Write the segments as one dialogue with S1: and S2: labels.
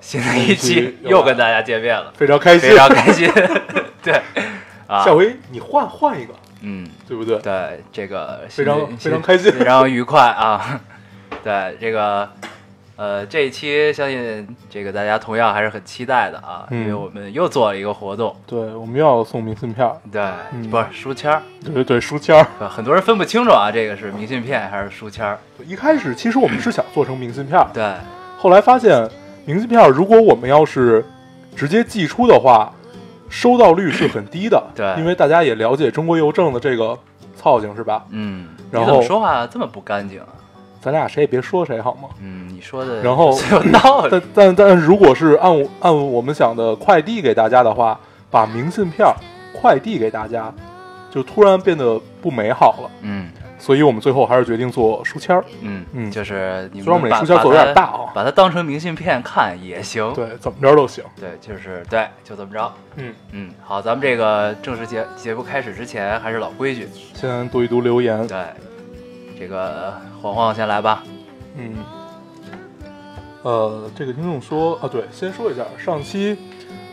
S1: 新的一
S2: 一期
S1: 期
S2: 又
S1: 又
S2: 来
S1: 跟大家见面了，
S2: 非常开心
S1: 非。常开心。 对，啊，
S2: 下回你换换一个，
S1: 嗯，
S2: 对不对？
S1: 对，这个
S2: 非常
S1: 新
S2: 非常开心
S1: 非常愉快啊！ 对，这个呃，这一期相信这个大家同样还是很期待的啊，
S2: 嗯
S1: 因为我们又做了一个活动，
S2: 对，我们要送明信片儿，
S1: 对，
S2: 嗯
S1: 不是书签儿，
S2: 对对对，书签儿。
S1: 对很多人分不清楚啊，这个是明信片还是书签儿。
S2: 一开始其实我们是想做成明信片儿，
S1: 对，
S2: 后来发现明信片儿如果我们要是直接寄出的话，收到率是很低的。
S1: 对
S2: 因为大家也了解中国邮政的这个操性是吧？
S1: 嗯，
S2: 然
S1: 你怎么
S2: 后
S1: 说话这么不干净啊？
S2: 咱俩谁也别说谁好吗？
S1: 嗯，你说的
S2: 然 后
S1: 最有道理
S2: 但。但但如果是按我按我们想的快递给大家的话，把明信片儿快递给大家，就突然变得不美好了。
S1: 嗯
S2: 所以我们最后还是决定做书签儿。
S1: 嗯
S2: 嗯
S1: 就是你们
S2: 虽然我们
S1: 把
S2: 这书签做有点大啊
S1: 把它把它当成明信片看也行。
S2: 对，怎么着都行。
S1: 对，就是对，就这么着。
S2: 嗯，
S1: 嗯，好，咱们这个正式节节目开始之前，还是老规矩，
S2: 先读一读留言。
S1: 对，这个黄黄先来吧。
S2: 嗯，呃，这个听众说啊，对，先说一下上期，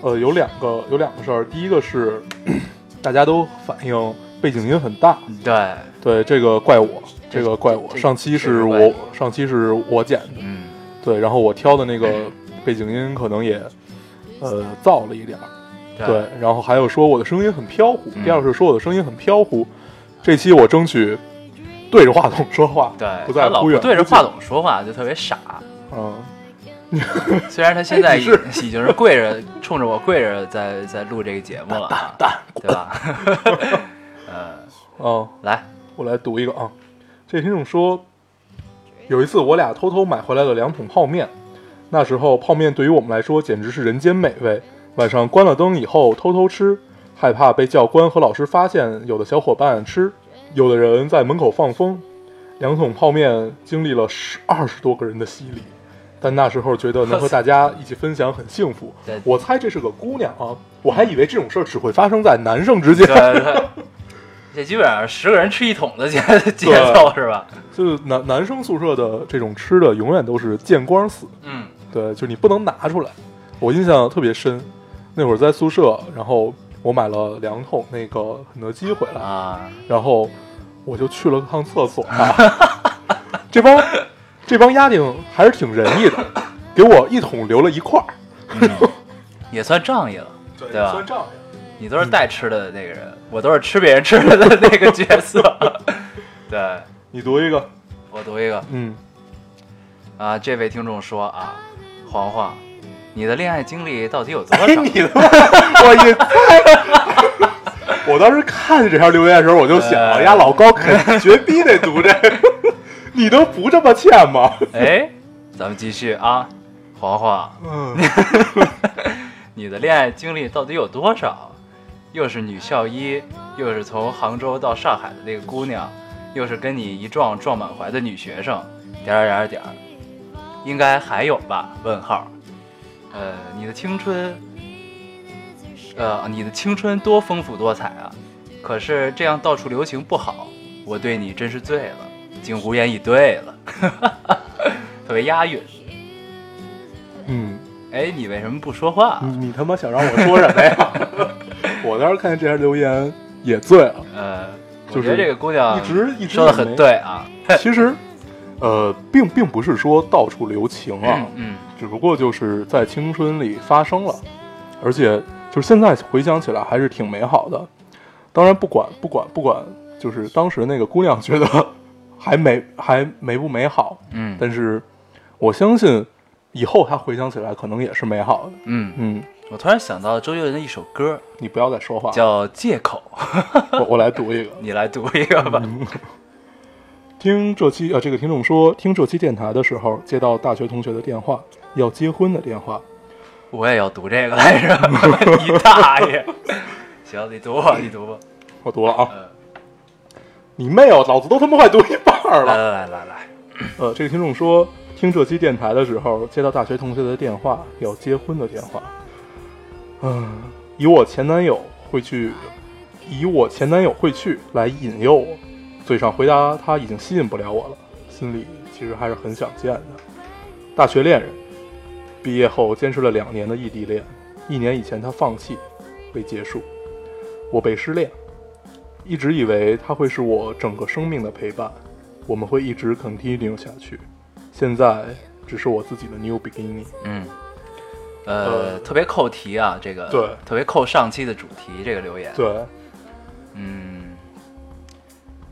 S2: 呃，有两个有两个事儿，第一个是 大家都反映背景音很大，
S1: 对，
S2: 对，这个怪我，这个怪
S1: 这
S2: 我。
S1: 这
S2: 上期
S1: 这
S2: 是
S1: 是怪
S2: 我，上期是我剪的，
S1: 嗯，
S2: 对，然后我挑的那个背景音可能也，呃，噪了一点儿。对，，然后还有说我的声音很飘忽，
S1: 嗯
S2: 第二是说我的声音很飘忽。这期我争取对着话筒说话，
S1: 对，
S2: 不再
S1: 他老
S2: 忽
S1: 不
S2: 远
S1: 对着
S2: 忽近
S1: 话，筒说话就特别傻。
S2: 嗯，
S1: 虽然他现在
S2: 哎
S1: 已
S2: 你是
S1: 已经是跪着冲着我跪着在在录这个节目了啊，对吧？ 呃，
S2: 哦，
S1: 来，
S2: 我来读一个啊，这听众说，有一次我俩偷偷买回来了两桶泡面，那时候泡面对于我们来说简直是人间美味。晚上关了灯以后偷偷吃，害怕被教官和老师发现，有的小伙伴吃，有的人在门口放风。两桶泡面经历了十二十多个人的洗礼，但那时候觉得能和大家一起分享很幸福
S1: 对。
S2: 我猜这是个姑娘啊，我还以为这种事儿只会发生在男生之间
S1: 对。对，这基本上十个人吃一桶的节节奏是吧？
S2: 就是男男生宿舍的这种吃的，永远都是见光死。
S1: 嗯，
S2: 对，就你不能拿出来。我印象特别深，那会儿在宿舍，然后我买了两桶那个肯德基回来，
S1: 啊，
S2: 然后我就去了趟厕所、啊 这帮这帮丫丁还是挺仁义的，给我一桶留了一块儿，
S1: 嗯也算仗义了，对吧？
S2: 算账。
S1: 你都是带吃的那个人，我都是吃别人吃的那个角色。 对，
S2: 你读一个，
S1: 我读一个
S2: 嗯，
S1: 啊，这位听众说啊，黄黄，你的恋爱经历到底有多少？
S2: 哎 你的吧，我一猜。 我当时看这条留言的时候，我就想，哎
S1: 呃
S2: 呀，老高肯绝逼得读这个， 你都不这么欠吗？
S1: 哎，咱们继续啊，黄黄，
S2: 嗯，
S1: 你的恋爱经历到底有多少？又是女校医，又是从杭州到上海的那个姑娘，又是跟你一撞撞满怀的女学生，点儿点儿点儿，应该还有吧？问号。呃，你的青春，呃，你的青春多丰富多彩啊！可是这样到处留情不好，我对你真是醉了，竟无言以对了， 特别押韵。
S2: 嗯，
S1: 哎，你为什么不说话？
S2: 你你他妈想让我说什么呀？ 我当时看见这条留言也醉了，
S1: 呃，我
S2: 嗯就是
S1: 觉得这个姑娘
S2: 一直一直
S1: 啊说的很
S2: 以为。
S1: 对啊，
S2: 其实，呃，并并不是说到处留情啊，
S1: 嗯，
S2: 只不过就是在青春里发生了，而且就是现在回想起来还是挺美好的。当然不管不管不管，就是当时那个姑娘觉得还美还美不美好，
S1: 嗯
S2: 但是我相信以后她回想起来可能也是美好的。
S1: 嗯，
S2: 嗯，
S1: 我突然想到周杰伦的一首歌
S2: 你不要再说话，
S1: 叫《借口》，
S2: 我我来读一个。
S1: 你来读一个吧。
S2: 嗯听这期呃，这个听众说，听这期电台的时候接到大学同学的电话，要结婚的电话。
S1: 我也要读这个来 着，你大爷！行，你读吧，你读吧。
S2: 我读了啊，
S1: 嗯，
S2: 你妹哦，老子都他妈快读一半儿
S1: 来
S2: 了。
S1: 来来来来，
S2: 呃，这个听众说，听这期电台的时候接到大学同学的电话，要结婚的电话。嗯、以我前男友会去，以我前男友会去来引诱我，嘴上回答他已经吸引不了我了，心里其实还是很想见的。大学恋人，毕业后坚持了两年的异地恋，一年以前他放弃，被结束，我被失恋，一直以为他会是我整个生命的陪伴，我们会一直 continue 下去。现在只是我自己的 new beginning。
S1: 嗯，
S2: 呃
S1: 呃，特别扣题啊，这个
S2: 对
S1: 特别扣上期的主题，这个留言。，
S2: 对，
S1: 嗯，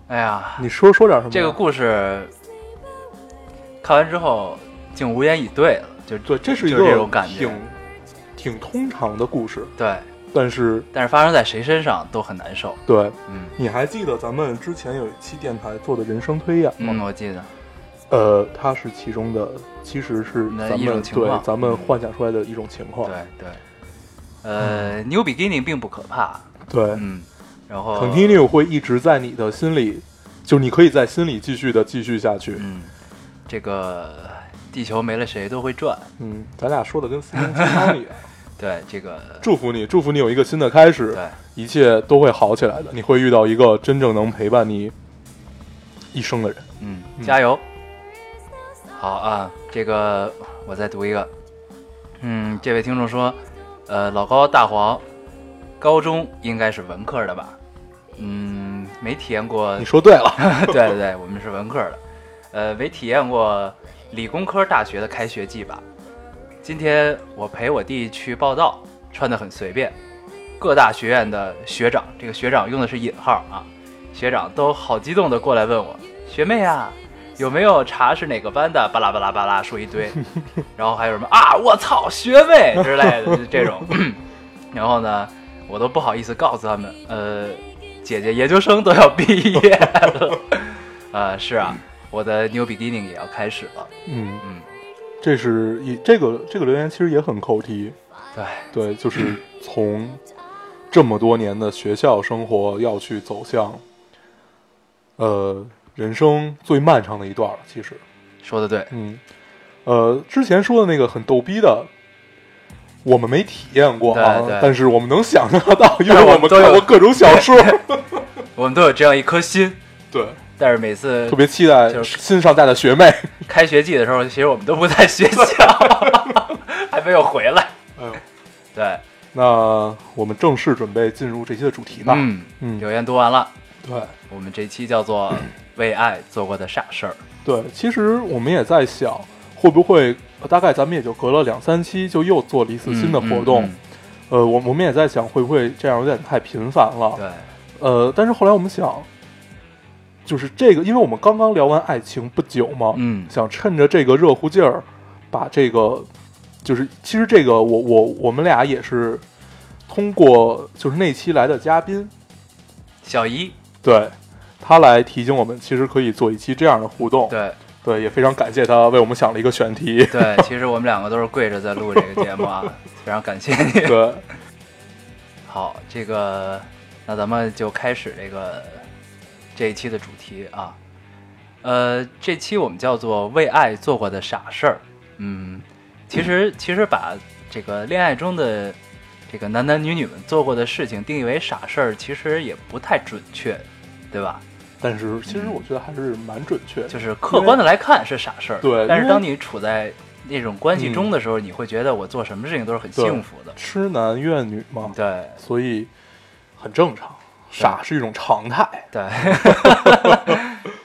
S1: 哎呀，
S2: 你说说点什么呀？
S1: 这个故事看完之后，竟无言以对了，就
S2: 对，这是一
S1: 就
S2: 个
S1: 这种感觉
S2: 挺，挺通常的故事，
S1: 对，
S2: 但是
S1: 但是发生在谁身上都很难受。
S2: 对，
S1: 嗯
S2: 你还记得咱们之前有一期电台做的人生推演
S1: 嗯，
S2: 吗？
S1: 我记得，
S2: 呃，它是其中的，其实是
S1: 那
S2: 咱
S1: 一
S2: 们
S1: 种情况
S2: 对咱们幻想出来的一种情况。
S1: 对对，呃，New Beginning 并不可怕，
S2: 对
S1: 嗯，然后
S2: c o n t i n u e 会一直在你的心里，就你可以在心里继续的继续下去。
S1: 嗯，这个地球没了谁都会转，
S2: 嗯，咱俩说的跟四平鸡汤一样。
S1: 对这个，
S2: 祝福你，祝福你有一个新的开始。
S1: 对
S2: 一切都会好起来的。你会遇到一个真正能陪伴你一生的人。
S1: 嗯，
S2: 嗯
S1: 加油！好啊，这个我再读一个。嗯，这位听众说，呃，老高大黄，高中应该是文科的吧？嗯，没体验过
S2: 你，说对了，
S1: 对对对，我们是文科的，呃，没体验过理工科大学的开学季吧？今天我陪我弟去报道，穿得很随便，各大学院的学长，这个学长用的是引号啊，学长都好激动的过来问我，学妹啊，有没有查是哪个班的？巴拉巴拉巴拉说一堆，然后还有什么啊，我操，学妹之类的，就这种。 然后呢，我都不好意思告诉他们，呃，姐姐研究生都要毕业了，呃，是啊，我的 new beginning 也要开始了，
S2: 嗯，
S1: 嗯，
S2: 这是一这个这个留言其实也很扣题，
S1: 对，
S2: 对，就是从这么多年的学校生活要去走向，呃，人生最漫长的一段了，其实，
S1: 说的对，
S2: 嗯，呃，之前说的那个很逗逼的。我们没体验过啊，
S1: 对对
S2: 但是我们能想象得到，因
S1: 但
S2: 为
S1: 是我
S2: 我
S1: 们
S2: 们
S1: 都有
S2: 看过各 种小说，
S1: 我们都有这样一颗心，
S2: 对，
S1: 但是每次
S2: 特别期待
S1: 就是
S2: 新上代的学妹。
S1: 开学季的时候，其实我们都不在学校， 还没有回来，
S2: 哎呦，
S1: 对，
S2: 那我们正式准备进入这期的主题吧。
S1: 嗯，
S2: 嗯，
S1: 留言读完了。
S2: 对
S1: 我们这期叫做为爱做过的傻事儿。
S2: 对，其实我们也在想，会不会呃大概咱们也就隔了两三期就又做了一次新的活动。
S1: 嗯嗯
S2: 呃，我我们也在想，会不会这样有点太频繁了？
S1: 对，
S2: 呃，但是后来我们想，就是这个，因为我们刚刚聊完爱情不久嘛，
S1: 嗯
S2: 想趁着这个热乎劲儿，把这个就是其实这个我我我们俩也是通过就是那期来的嘉宾，
S1: 小一，
S2: 对他来提醒我们，其实可以做一期这样的互动。
S1: 对。
S2: 对也非常感谢他为我们想了一个选题
S1: 对，其实我们两个都是跪着在录这个节目啊， 非常感谢你。
S2: 对，
S1: 好，这个那咱们就开始这个这一期的主题啊。呃，这期我们叫做为爱做过的傻事儿。嗯，其实其实把这个恋爱中的这个男男女女们做过的事情定义为傻事儿，其实也不太准确，对吧？
S2: 但是其实我觉得还是蛮准确的。
S1: 就是客观的来看是傻事儿，
S2: 对
S1: 但是
S2: 因为嗯
S1: 当你处在那种关系中的时候，你会觉得我做什么事情都是很幸福的。
S2: 痴男怨女嘛，
S1: 对
S2: 所以很正常。傻是一种常态。
S1: 对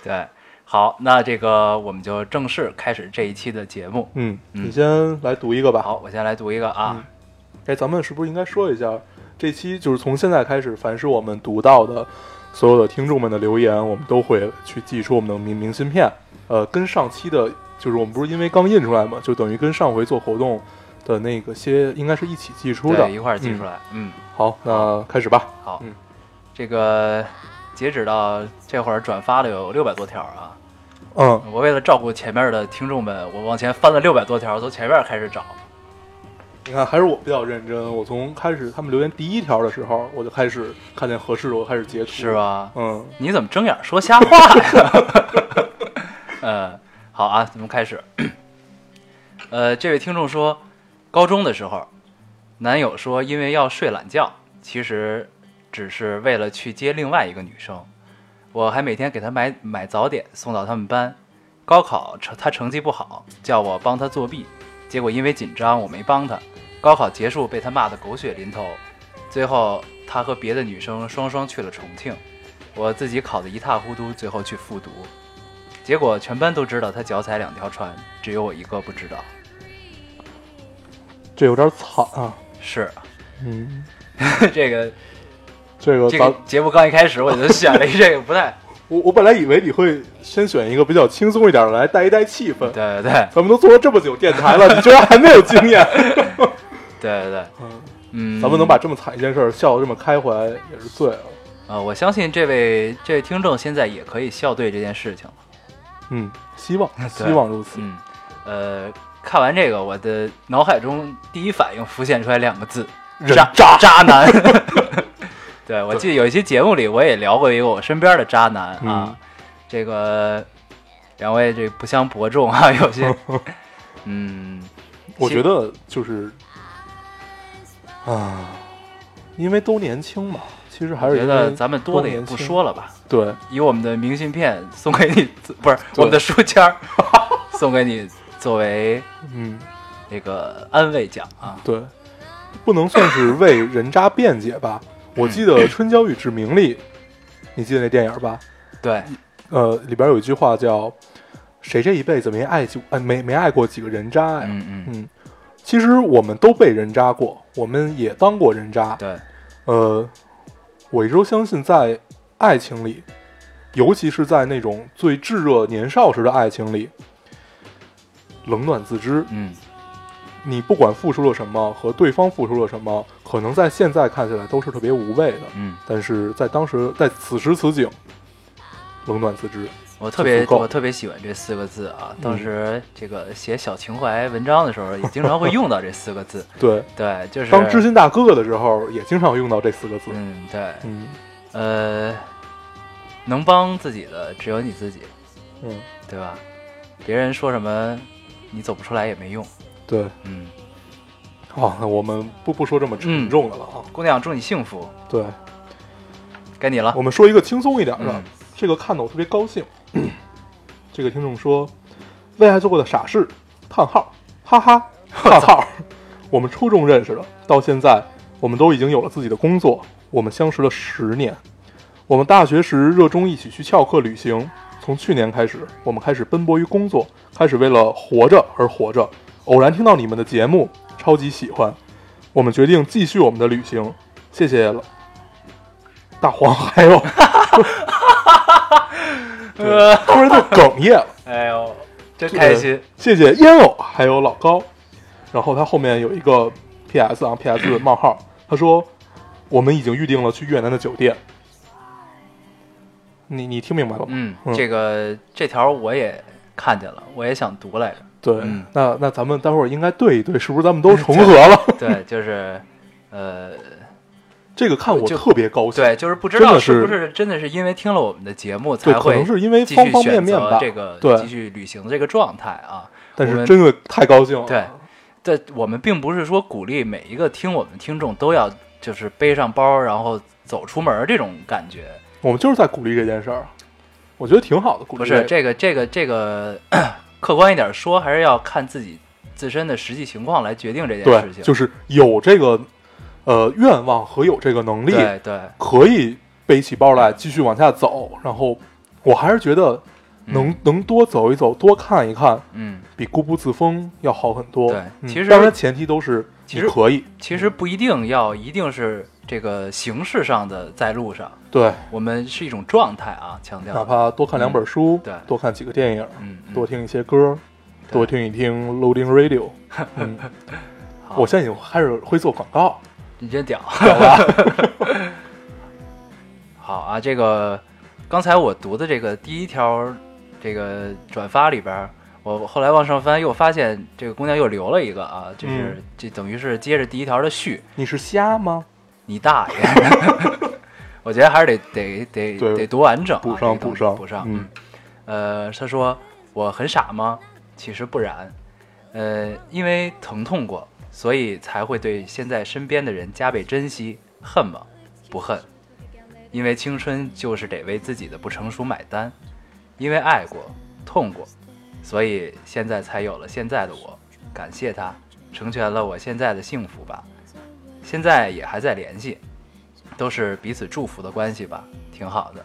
S1: 对，好，那这个我们就正式开始这一期的节目。
S2: 嗯，
S1: 嗯
S2: 你先来读一个吧。，
S1: 好，我先来读一个啊，
S2: 哎，咱们是不是应该说一下，这期就是从现在开始，凡是我们读到的所有的听众们的留言，我们都会去寄出我们的明明信片。呃，跟上期的，就是我们不是因为刚印出来嘛，就等于跟上回做活动的那个些，应该是一起寄出的，
S1: 对，一块儿寄出
S2: 嗯。
S1: 来。嗯，
S2: 好，那开始吧。
S1: 好
S2: 嗯，
S1: 这个截止到这会儿转发了有六百多条啊。
S2: 嗯，
S1: 我为了照顾前面的听众们，我往前翻了六百多条，从前面开始找。
S2: 你看，还是我比较认真。我从开始他们留言第一条的时候，我就开始看见合适的，我开始截图，
S1: 是？吧？
S2: 嗯，
S1: 你怎么睁眼说瞎话呀？ 嗯，好啊，咱们开始。 呃，这位听众说，高中的时候，男友说因为要睡懒觉，其实只是为了去接另外一个女生。我还每天给他买买早点送到他们班。高考成他成绩不好，叫我帮他作弊，结果因为紧张我没帮他。高考结束被他骂得狗血淋头，最后他和别的女生双双去了重庆。我自己考得一塌糊涂，最后去复读，结果全班都知道他脚踩两条船，只有我一个不知道。
S2: 这有点惨啊。
S1: 是
S2: 嗯，
S1: 这个
S2: 这个
S1: 这
S2: 咱、
S1: 个节目刚一开始我就选了一这个不太
S2: 我我本来以为你会先选一个比较轻松一点的来带一带气氛
S1: 对。对对
S2: 咱们都做了这么久电台了，你居然还没有经验？
S1: 对 对对，
S2: 嗯，
S1: 嗯，
S2: 咱们能把这么惨一件事儿笑得这么开怀，也是醉了。
S1: 呃，我相信这位这位听众现在也可以笑对这件事情了。
S2: 嗯，希望希
S1: 对
S2: 望如此。
S1: 嗯，呃，看完这个，我的脑海中第一反应浮现出来两个字：
S2: 人
S1: 渣渣 男。对，我记得有一期节目里我也聊过一个我身边的渣男啊，
S2: 嗯
S1: 这个两位这不相伯仲啊，有些， 嗯，
S2: 我
S1: 其
S2: 觉得就是啊，因为都年轻嘛，其实还
S1: 我
S2: 是
S1: 觉
S2: 因
S1: 得
S2: 为
S1: 咱们多的也
S2: 都年
S1: 不
S2: 轻
S1: 说了吧，
S2: 对，
S1: 以我们的明信片送给你，不是我
S2: 对
S1: 们的书签儿送给你作为
S2: 嗯，
S1: 那个安慰奖啊，
S2: 对，不能算是为人渣辩解吧。我记得《春娇与志明》里，你记得那电影吧？
S1: 对，
S2: 呃，里边有一句话叫“谁这一辈子没爱就哎没没爱过几个人渣呀、
S1: 嗯嗯，
S2: 嗯，其实我们都被人渣过，我们也当过人渣。
S1: 对，
S2: 呃，我一直都相信，在爱情里，尤其是在那种最炙热年少时的爱情里，冷暖自知。
S1: 嗯。
S2: 你不管付出了什么和对方付出了什么，可能在现在看起来都是特别无谓的，
S1: 嗯，
S2: 但是在当时，在此时此景，冷暖自知。
S1: 我特别
S2: 足够嗯
S1: 我特别喜欢这四个字啊！当时这个写小情怀文章的时候，也经常会用到这四个字。
S2: 对，
S1: 对，就是
S2: 当知心大哥哥的时候，也经常用到这四个字。
S1: 嗯，对，
S2: 嗯
S1: 呃，能帮自己的只有你自己，
S2: 嗯，
S1: 对吧？别人说什么，你走不出来也没用。
S2: 对。
S1: 嗯，
S2: 好，那我们不不说这么沉重的了啊。
S1: 姑娘，祝你幸福，
S2: 对，
S1: 该你了
S2: 我。们说一个轻松一点的，
S1: 啊嗯
S2: 这个看得我特别高兴。这个听众说，为爱做过的傻事，叹号，哈哈，叹号。我们初中认识的，到现在我们都已经有了自己的工作，我们相识了十年。我们大学时热衷一起去翘课旅行，从去年开始，我们开始奔波于工作，开始为了活着而活着。偶然听到你们的节目，超级喜欢，我们决定继续我们的旅行。谢谢了，大黄还有。对，突然就哽咽了，
S1: 哎呦，真开心。
S2: 谢谢烟偶还有老高。然后他后面有一个 PS 啊，PS 冒号，他说我们已经预定了去越南的酒店。你你听明白了吗？
S1: 嗯，
S2: 嗯
S1: 这个这条我也看见了，我也想读来着。
S2: 对，
S1: 嗯
S2: 那那咱们待会儿应该对一对，是不是咱们都重合了？
S1: 对，就是，呃，
S2: 这个看我
S1: 就
S2: 特别高兴。
S1: 对，就是不知
S2: 真
S1: 道
S2: 的
S1: 是不
S2: 是
S1: 是真的是因为听了我们的节目才
S2: 可
S1: 会，
S2: 能是因为
S1: 继
S2: 方
S1: 续
S2: 方
S1: 选
S2: 面面
S1: 择
S2: 吧
S1: 这个
S2: 对
S1: 继续旅行的这个状态啊。
S2: 但
S1: 我们
S2: 是真的太高兴了。
S1: 对，但我们并不是说鼓励每一个听我们的听众都要就是背上包然后走出门儿这种感觉，
S2: 我们就是在鼓励这件事儿，我觉得挺好的。鼓励
S1: 不是这个这个这个 客观一点说，还是要看自己自身的实际情况来决定这件事
S2: 对，
S1: 情。
S2: 就是有这个呃愿望和有这个能力，
S1: 对对，
S2: 可以背起包来继续往下走。然后我还是觉得能、能多走一走，多看一看，
S1: 嗯，
S2: 比固步自封要好很多。
S1: 对
S2: 嗯
S1: 其实
S2: 当然前提都是
S1: 其
S2: 你
S1: 实
S2: 可以。
S1: 其实不一定要一定是这个形式上的在路上，
S2: 对，
S1: 我们是一种状态啊，强调
S2: 哪怕多看两本书，
S1: 嗯对
S2: 多看几个电影，
S1: 嗯嗯
S2: 多听一些歌，
S1: 对
S2: 多听一听 Loading Radio。嗯，
S1: 好
S2: 我现在已经开始会做广告，
S1: 你真 屌， 好啊，这个刚才我读的这个第一条这个转发里边儿，我后来往上翻，又发现这个姑娘又留了一个啊，就是、
S2: 嗯
S1: 这等于是接着第一条的续，
S2: 你是瞎吗？
S1: 你大爷！ 我觉得还是得得得
S2: 对
S1: 得读完整啊、
S2: 补
S1: 这
S2: 上
S1: 个东
S2: 补
S1: 西
S2: 上
S1: 补上。
S2: 嗯，
S1: 呃，他说我很傻吗？其实不然，呃，因为疼痛过，所以才会对现在身边的人加倍珍惜。恨吗？不恨，因为青春就是得为自己的不成熟买单，因为爱过、痛过，所以现在才有了现在的我。感谢他，成全了我现在的幸福吧。现在也还在联系，都是彼此祝福的关系吧，挺好的。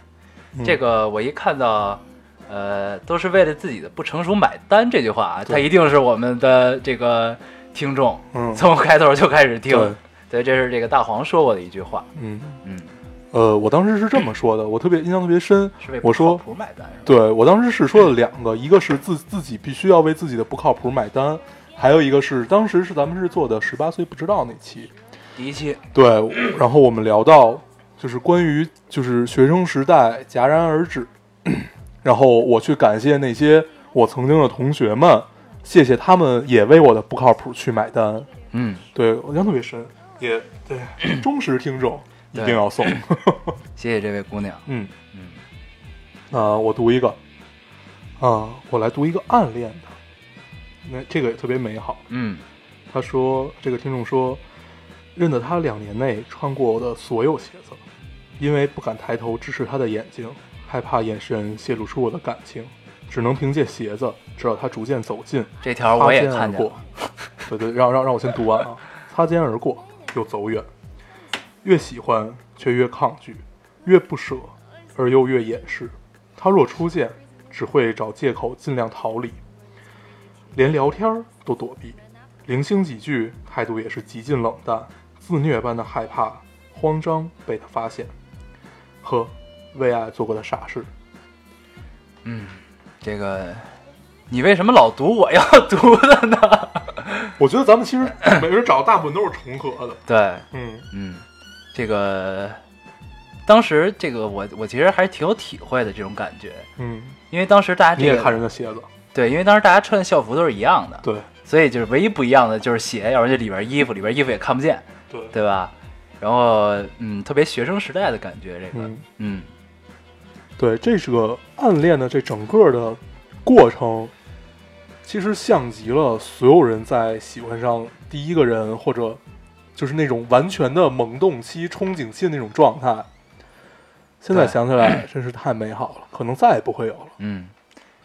S2: 嗯
S1: 这个我一看到，呃，都是为了自己的不成熟买单这句话啊，
S2: 对
S1: 他一定是我们的这个听众，
S2: 嗯
S1: 从开头就开始听。
S2: 对
S1: 对，这是这个大黄说过的一句话，
S2: 嗯，
S1: 嗯，
S2: 呃，我当时是这么说的，我特别印象特别深
S1: 是为。
S2: 我
S1: 不
S2: 说
S1: 靠谱买单是吧？
S2: 对我当时是说了两个，一个是自自己必须要为自己的不靠谱买单，还有一个是当时是咱们是做的十八岁不知道那期，
S1: 第一期，
S2: 对，然后我们聊到就是关于就是学生时代戛然而止， 然后我去感谢那些我曾经的同学们，谢谢他们也为我的不靠谱去买单，
S1: 嗯，
S2: 对我印象特别深，也对忠实听众一
S1: 对
S2: 定要送，
S1: 谢谢这位姑娘，
S2: 嗯。
S1: 嗯，
S2: 啊，我读一个，啊，我来读一个暗恋的，那这个也特别美好。
S1: 嗯，
S2: 他说，这个听众说，认得他两年内穿过的所有鞋子，因为不敢抬头直视他的眼睛，害怕眼神泄露出我的感情，只能凭借鞋子直到他逐渐走近，
S1: 这条
S2: 擦
S1: 啊我也
S2: 肩而
S1: 看见
S2: 过
S1: 了，。
S2: 对对，让让让我先读完啊，擦肩而过又走远，越喜欢却越抗拒，越不舍而又越掩饰。他若出现，只会找借口尽量逃离，连聊天儿都躲避，零星几句态度也是极尽冷淡，自虐般的害怕、慌张被他发现。呵，为爱做过的傻事，
S1: 这个，你为什么老读我要读的 呢？
S2: 我觉得咱们其实每个人找的大部分都是重合的。
S1: 对，
S2: 嗯
S1: 嗯，这个当时这个我我其实还挺有体会的这种感觉，
S2: 嗯，
S1: 因为当时大家、
S2: 你
S1: 啊这个、
S2: 也看人家鞋子，
S1: 对，因为当时大家穿的校服都是一样的，
S2: 对
S1: 所以就是唯一不一样的就是鞋，要不然就里边衣服，里边衣服也看不见，
S2: 对
S1: 对吧？然后嗯，特别学生时代的感觉，这个
S2: 嗯，
S1: 嗯
S2: 对，这是个暗恋的这整个的过程，其实像极了所有人在喜欢上第一个人，或者就是那种完全的萌动期、憧憬期的那种状态。现在
S1: 对
S2: 想起来，真是太美好了，可能再也不会有了，
S1: 嗯，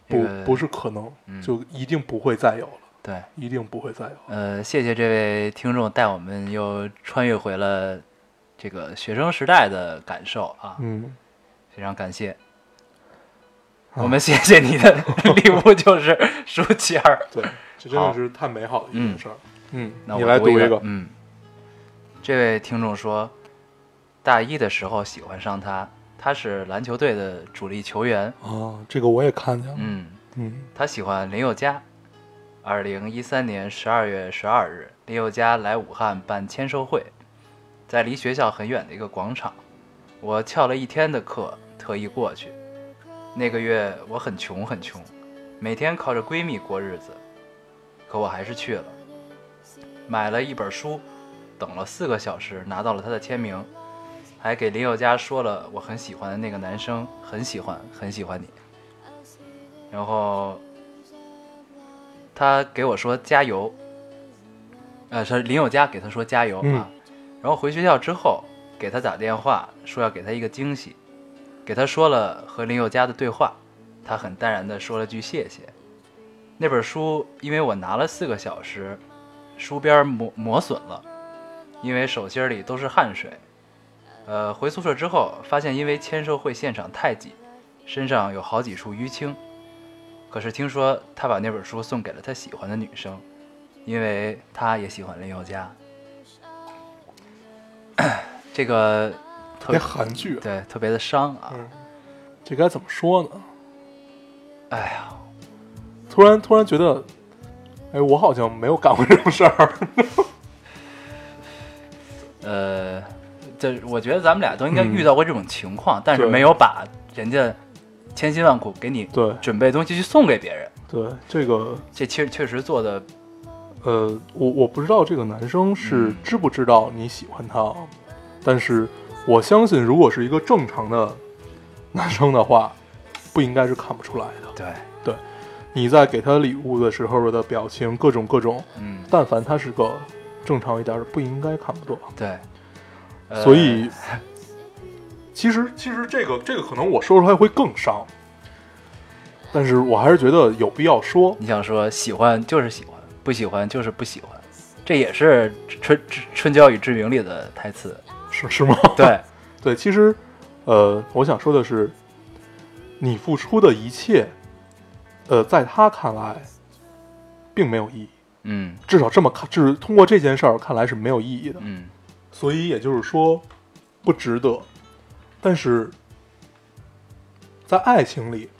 S1: 这
S2: 不
S1: 个
S2: 不是可能
S1: 嗯，
S2: 就一定不会再有了，
S1: 对，
S2: 一定不会再有了。
S1: 呃，谢谢这位听众带我们又穿越回了这个学生时代的感受啊，
S2: 嗯，
S1: 非常感谢。
S2: 啊
S1: 我们谢谢你的 礼物，就是书签儿。
S2: 对，这真
S1: 好
S2: 的是太美好的一件事儿。嗯，
S1: 那我
S2: 你来
S1: 读
S2: 读
S1: 一
S2: 个，
S1: 嗯，这位听众说，大一的时候喜欢上他，他是篮球队的主力球员，
S2: 啊，这个我也看见了。
S1: 嗯，
S2: 嗯
S1: 他喜欢林宥嘉。二零一三年十二月十二日，林宥嘉来武汉办签售会，在离学校很远的一个广场，我翘了一天的课，特意过去。那个月我很穷很穷，每天靠着闺蜜过日子，可我还是去了，买了一本书，等了四个小时，拿到了他的签名，还给林宥嘉说了我很喜欢的那个男生很喜欢很喜欢你，然后他给我说加油，呃，是林宥嘉给他说加油啊，
S2: 嗯
S1: 然后回学校之后给他打电话说要给他一个惊喜，给他说了和林宥嘉的对话，他很淡然的说了句谢谢。那本书因为我拿了四个小时，书边儿磨磨损了，因为手心儿里都是汗水。呃，回宿舍之后发现，因为签售会现场太挤，身上有好几处淤青。可是听说他把那本书送给了他喜欢的女生，因为他也喜欢林宥嘉。 这个特
S2: 别韩剧啊
S1: 对，特别的伤啊。
S2: 嗯，这该怎么说呢？
S1: 哎呀，
S2: 突然突然觉得，哎，我好像没有干过这种事儿。
S1: 呃，这我觉得咱们俩都应该
S2: 嗯
S1: 遇到过这种情况，但是
S2: 对
S1: 没有把人家千辛万苦给你
S2: 对
S1: 准备的东西去送给别人。
S2: 对这个，
S1: 这确确实做的
S2: 呃，我我不知道这个男生是
S1: 嗯
S2: 知不知道你喜欢他，啊但是我相信，如果是一个正常的男生的话，不应该是看不出来的。
S1: 对，
S2: 你在给他礼物的时候的表情，各种各种，
S1: 嗯，
S2: 但凡他是个正常一点的，不应该看不出来。
S1: 对，呃
S2: 所以，其实其实这个这个可能我说出来会更伤，但是我还是觉得有必要说。
S1: 你想说喜欢就是喜欢，不喜欢就是不喜欢，这也是《春春春娇与志明》里的台 词。
S2: 是是吗？
S1: 对，
S2: 对，其实，呃，我想说的是，你付出的一切，呃，在他看来，并没有意义。
S1: 嗯
S2: 至少这么看，就是通过这件事儿看来是没有意义的。
S1: 嗯，
S2: 所以也就是说，不值得。但是，在爱情里，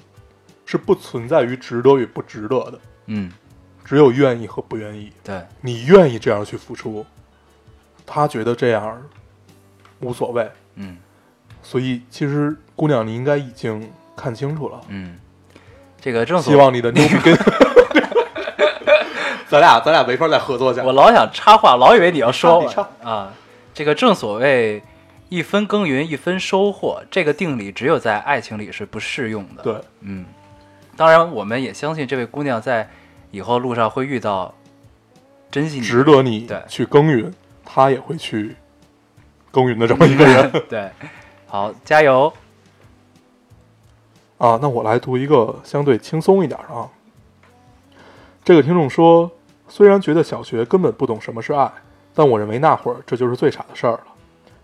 S2: 是不存在于值得与不值得的，
S1: 嗯，
S2: 只有愿意和不愿意。
S1: 对，
S2: 你愿意这样去付出，他觉得这样无所谓，
S1: 嗯
S2: 所以其实姑娘，你应该已经看清楚了。
S1: 嗯，这个正所
S2: 希望你的牛逼跟， 咱俩咱俩没法再合作下
S1: 我
S2: 去。
S1: 老想插话，老以为你要说
S2: 插你
S1: 啊。这个正所谓一分耕耘一分收获，这个定理只有在爱情里是不适用的。，
S2: 对，
S1: 嗯，当然我们也相信这位姑娘在以后路上会遇到珍惜你
S2: 值得你
S1: 对
S2: 去耕耘，他也会去耕耘的这么一个人
S1: 对，好，加油。
S2: 啊。那我来读一个相对轻松一点的啊。这个听众说，虽然觉得小学根本不懂什么是爱，但我认为那会儿这就是最傻的事儿了。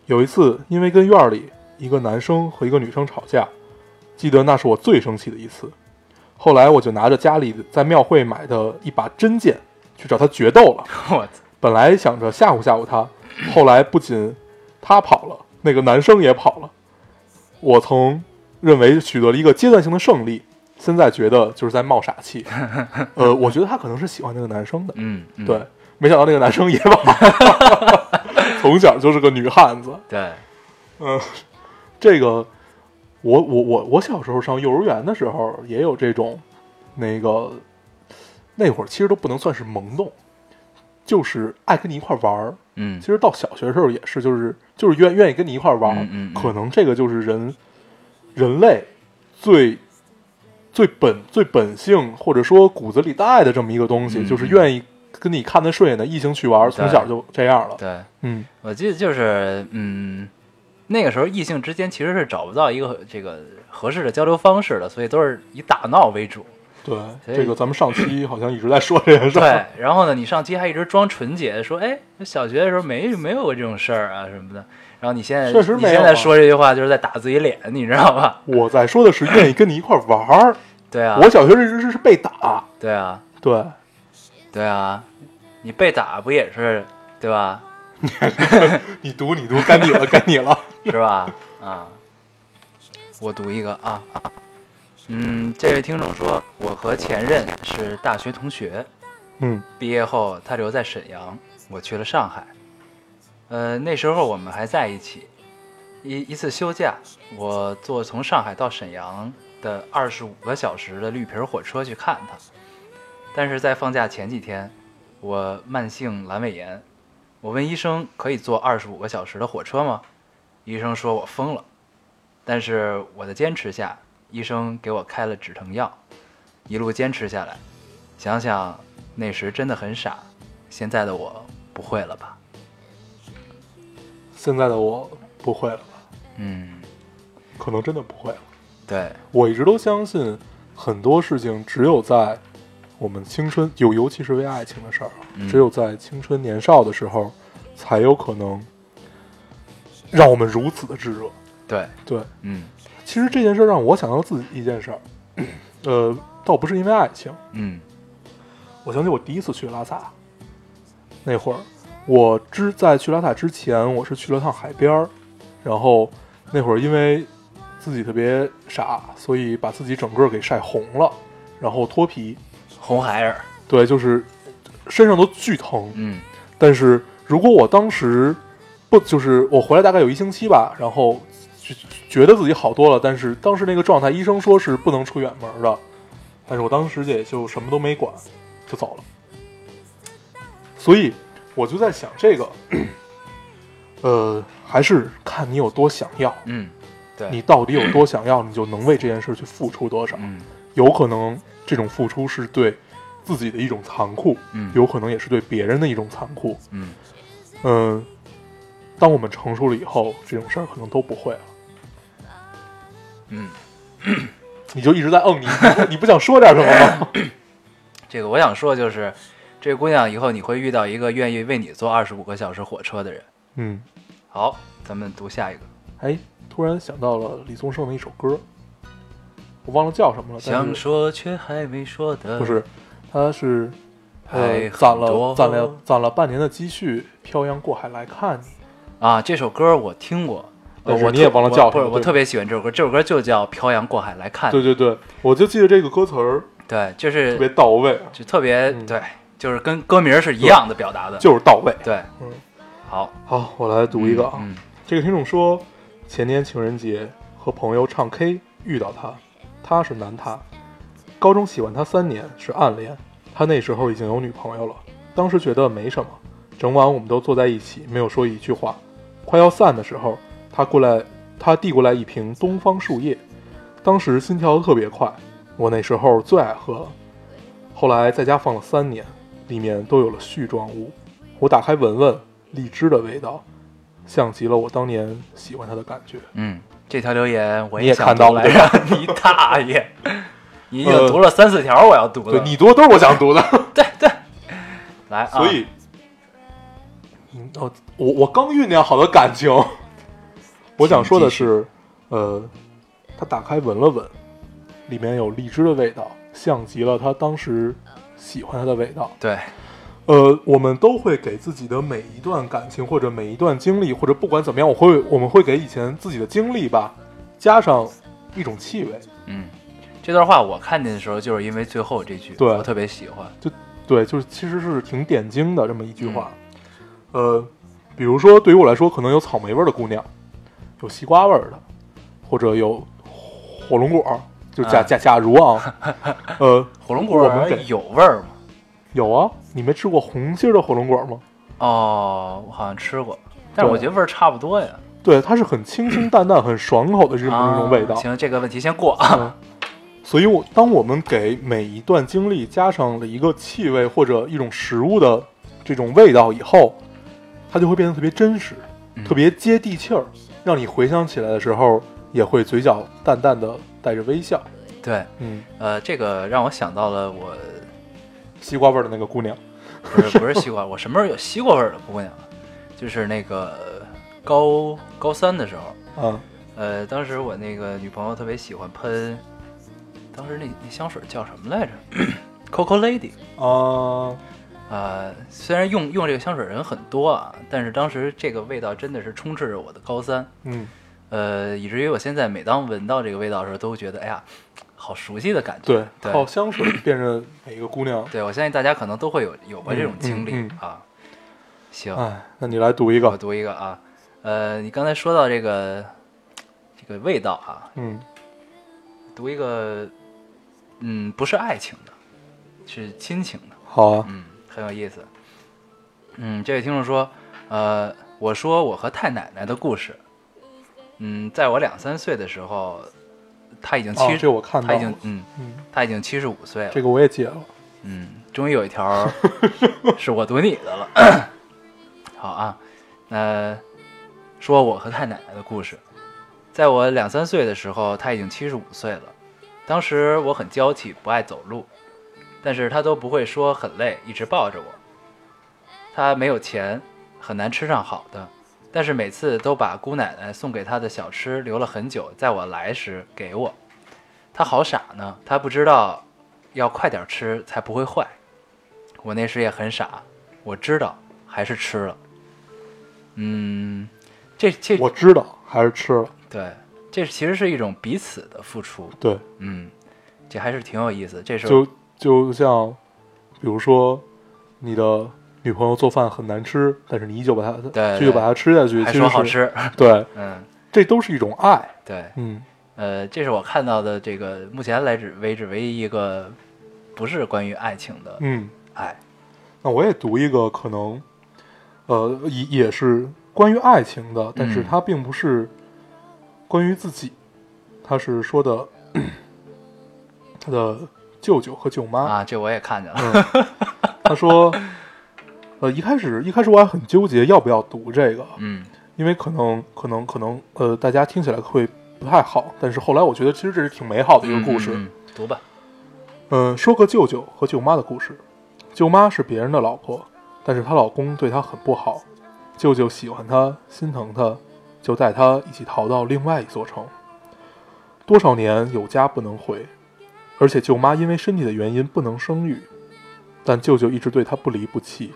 S2: 有一次，因为跟院儿里一个男生和一个女生吵架，记得那是我最生气的一次。后来我就拿着家里在庙会买的一把真剑去找他决斗了。
S1: 我操
S2: 本来想着吓唬吓唬他，后来不仅他跑了，那个男生也跑了。我曾认为取得了一个阶段性的胜利，现在觉得就是在冒傻气。呃，我觉得他可能是喜欢那个男生的，
S1: 嗯，嗯
S2: 对，没想到那个男生也跑了，从小就是个女汉子。
S1: 对，
S2: 嗯，这个我我我我小时候上幼儿园的时候也有这种，那个那会儿其实都不能算是萌动，就是爱跟你一块儿玩儿。
S1: 嗯
S2: 其实到小学的时候也是，就是就是愿愿意跟你一块儿玩儿。
S1: 嗯嗯嗯
S2: 可能这个就是人人类最最本最本性或者说骨子里带的这么一个东西，
S1: 嗯
S2: 就是
S1: 嗯
S2: 愿意跟你看得顺眼的异性去玩儿，从
S1: 对
S2: 小就这样了。
S1: 对，
S2: 嗯，
S1: 我记得就是嗯，那个时候异性之间其实是找不到一个这个合适的交流方式的，所以都是以打闹为主。
S2: 对，
S1: 所以
S2: 这个咱们上期好像一直在说这件事儿。
S1: 对，然后呢，你上期还一直装纯洁，说哎，小学的时候没没有过这种事儿啊什么的。然后你现在
S2: 确实没有啊
S1: 你现在说这句话就是在打自己脸，你知道吧？
S2: 我在说的是愿意跟你一块儿玩儿。
S1: 对啊，
S2: 我小学认知是被打，
S1: 对啊，
S2: 对，
S1: 对啊，你被打不也是对吧？
S2: 你读你读，该你了，该你了。
S1: 是吧？啊，我读一个啊，嗯，这位听众说，我和前任是大学同学，
S2: 嗯
S1: 毕业后他留在沈阳，我去了上海。呃，那时候我们还在一起。一一次休假，我坐从上海到沈阳的二十五个小时的绿皮儿火车去看他，但是在放假前几天，我慢性阑尾炎，我问医生可以坐二十五个小时的火车吗？医生说我疯了，但是我的坚持下，医生给我开了止疼药，一路坚持下来，想想那时真的很傻，现在的我不会了吧？
S2: 现在的我不会了吧，
S1: 嗯，
S2: 可能真的不会了。
S1: 对，
S2: 我一直都相信，很多事情只有在我们青春，尤尤其是为爱情的事儿，啊
S1: 嗯
S2: 只有在青春年少的时候，才有可能让我们如此的炙热。
S1: 对，
S2: 对，
S1: 嗯
S2: 其实这件事儿让我想到自己一件事儿，呃，倒不是因为爱情，
S1: 嗯
S2: 我想起我第一次去拉萨，那会儿我之在去拉萨之前，我是去了趟海边儿，然后那会儿因为自己特别傻，所以把自己整个给晒红了，然后脱皮，
S1: 红孩儿，
S2: 对，就是身上都巨疼。
S1: 嗯
S2: 但是如果我当时不就是我回来大概有一星期吧，然后觉觉得自己好多了，但是当时那个状态，医生说是不能出远门的，但是我当时也就什么都没管，就走了。所以我就在想，这个， 呃，还是看你有多想要，
S1: 嗯，对，
S2: 你到底有多想要，你就能为这件事去付出多少。
S1: 嗯
S2: 有可能这种付出是对自己的一种残酷，
S1: 嗯
S2: 有可能也是对别人的一种残酷。
S1: 嗯
S2: 嗯，当我们成熟了以后，这种事儿可能都不会了。
S1: 嗯，
S2: 你就一直在嗯，你你不 你不想说点什么吗？
S1: 这个我想说就是，这姑娘以后你会遇到一个愿意为你坐二十五个小时火车的人。
S2: 嗯，
S1: 好，咱们读下一个，
S2: 哎，突然想到了李宗盛的一首歌，我忘了叫什么了。但
S1: 想
S2: 是
S1: 说却还没说的，
S2: 不是，他是
S1: 还
S2: 呃
S1: 很
S2: 攒了
S1: 多
S2: 攒了攒了半年的积蓄，漂洋过海来看你。
S1: 啊？这首歌我听过，呃
S2: 但是
S1: 我
S2: 哦你也
S1: 特
S2: 忘了
S1: 我
S2: 叫
S1: 不
S2: 什
S1: 是，
S2: 么
S1: 我
S2: 对
S1: 特别喜欢这首歌，这首歌就叫《漂洋过海来看》。
S2: 对对对，我就记得这个歌词儿
S1: 对，就
S2: 特别
S1: 是
S2: 到位，
S1: 就特别
S2: 嗯
S1: 对，就是跟歌名是一样的表达的。
S2: 就是到位。
S1: 对
S2: 嗯，
S1: 好，
S2: 好，我来读一个啊。
S1: 嗯
S2: 这个听众说，前年情人节和朋友唱 K 遇到他，他是男他，高中喜欢他三年是暗恋，他那时候已经有女朋友了，当时觉得没什么，整晚我们都坐在一起，没有说一句话。快要散的时候，他过来，他递过来一瓶东方树叶，当时心跳特别快，我那时候最爱喝了。后来在家放了三年，里面都有了絮状物，我打开闻闻，荔枝的味道。像极了我当年喜欢他的感觉。
S1: 嗯，这条留言我
S2: 你也
S1: 想
S2: 看到
S1: 读
S2: 了
S1: 来着， 你大爷！你已经
S2: 呃
S1: 读了三四条，我要读
S2: 对
S1: 的。
S2: 你读的都是我想读的，
S1: 来啊，
S2: 所以，嗯，哦，我我刚酝酿好的感情，我想说的是，呃，他打开闻了闻，里面有荔枝的味道，像极了他当时喜欢他的味道。
S1: 对，
S2: 呃，我们都会给自己的每一段感情，或者每一段经历，或者不管怎么样，我会我们会给以前自己的经历吧，加上一种气味。
S1: 嗯，这段话我看见的时候，就是因为最后这句，
S2: 对
S1: 我特别喜欢。
S2: 对，就是其实是挺点睛的这么一句话。呃，比如说对于我来说，可能有草莓味儿的姑娘，有西瓜味儿的，或者有火龙果儿，就假
S1: 啊
S2: 假假如啊，呃，
S1: 火龙果
S2: 我们给
S1: 有味儿吗？
S2: 有啊，你没吃过红心儿的火龙果吗？
S1: 哦，我好像吃过，但是我
S2: 对
S1: 觉得味儿差不多呀。
S2: 对，它是很清清淡淡、很爽口的这么一种味道
S1: 啊。行，这个问题先过啊。
S2: 嗯，所以我当我们给每一段经历加上了一个气味或者一种食物的这种味道以后，它就会变得特别真实，
S1: 嗯
S2: 特别接地气儿，让你回想起来的时候也会嘴角淡淡的带着微笑。
S1: 对，
S2: 嗯，
S1: 呃，这个让我想到了我，
S2: 西瓜味儿的那个姑娘，
S1: 不是不是西瓜，我什么时候有西瓜味儿的姑娘？就是那个高高三的时候，
S2: 嗯，
S1: 呃，当时我那个女朋友特别喜欢喷，当时那那香水叫什么来着 ？Coco Lady。
S2: 啊，
S1: 呃，虽然用用这个香水人很多啊，但是当时这个味道真的是充斥着我的高三，
S2: 嗯，
S1: 呃，以至于我现在每当闻到这个味道的时候，都觉得哎呀，好熟悉的感觉。
S2: 对，
S1: 对
S2: 靠香水辨认每一个姑娘。
S1: 对我相信大家可能都会有有过这种经历、
S2: 嗯嗯嗯
S1: 啊。行，
S2: 哎，那你来读一
S1: 我
S2: 个，
S1: 读一个啊，呃，你刚才说到这个这个味道啊，
S2: 嗯，
S1: 读一个，嗯，不是爱情的，是亲情的。
S2: 好啊，
S1: 嗯，很有意思。嗯，这位听众说，呃，我说我和太奶奶的故事。嗯，在我两三岁的时候，她已经
S2: 哦
S1: 七，
S2: 这我看到
S1: 她已
S2: 了
S1: 经嗯，
S2: 嗯，
S1: 她已经七十五岁了。
S2: 这个我也解了，
S1: 嗯，终于有一条儿是我读你的了。 好啊，那说我和太奶奶的故事。在我两三岁的时候，她已经七十五岁了。当时我很娇气，不爱走路，但是她都不会说很累，一直抱着我。她没有钱，很难吃上好的，但是每次都把姑奶奶送给她的小吃留了很久，在我来时给我。她好傻呢，她不知道要快点吃才不会坏。我那时也很傻，我知道还是吃了。嗯，这这
S2: 我知道还是吃了，
S1: 对，这其实是一种彼此的付出。
S2: 对。
S1: 嗯，这还是挺有意思。这是
S2: 就就像，比如说，你的女朋友做饭很难吃，但是你依旧把它
S1: 对
S2: 继续把它吃下去，
S1: 还
S2: 其实
S1: 说好
S2: 是，
S1: 吃，
S2: 对，
S1: 嗯，
S2: 这都是一种爱。
S1: 对，
S2: 嗯，
S1: 呃，这是我看到的这个目前来止为止唯一一个不是关于爱情的
S2: 嗯，
S1: 爱。
S2: 那我也读一个可能，呃，也也是关于爱情的，但
S1: 嗯
S2: 是它并不是关于自己，它是说的 他的舅舅和舅妈。
S1: 啊，这我也看见了。
S2: 嗯，他说，呃，一开始一开始我还很纠结要不要读这个，
S1: 嗯
S2: 因为可能可能可能呃，大家听起来会不太好，但是后来我觉得其实这是挺美好 的一个故事。
S1: 嗯嗯嗯读吧。
S2: 嗯，说个舅舅和舅妈的故事。舅妈是别人的老婆，但是她老公对她很不好。舅舅喜欢她，心疼她，就带她一起逃到另外一座城。多少年有家不能回，而且舅妈因为身体的原因不能生育，但舅舅一直对她不离不弃。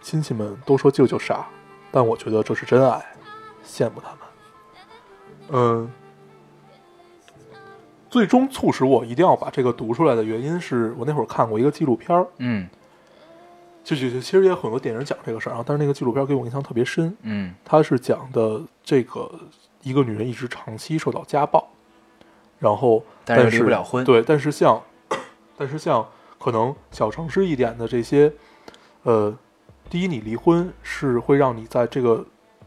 S2: 亲戚们都说舅舅傻，但我觉得这是真爱，羡慕他们。嗯，最终促使我一定要把这个读出来的原因是我那会儿看过一个纪录片儿，
S1: 嗯
S2: 就就就其实也有很多电影讲这个事儿啊，但是那个纪录片儿给我印象特别深，
S1: 嗯
S2: 它是讲的这个一个女人一直长期受到家暴，然后
S1: 但是
S2: 是
S1: 离不了婚
S2: 对，但是像但是像可能小城市一点的这些，呃，第一你离婚是会让你在这个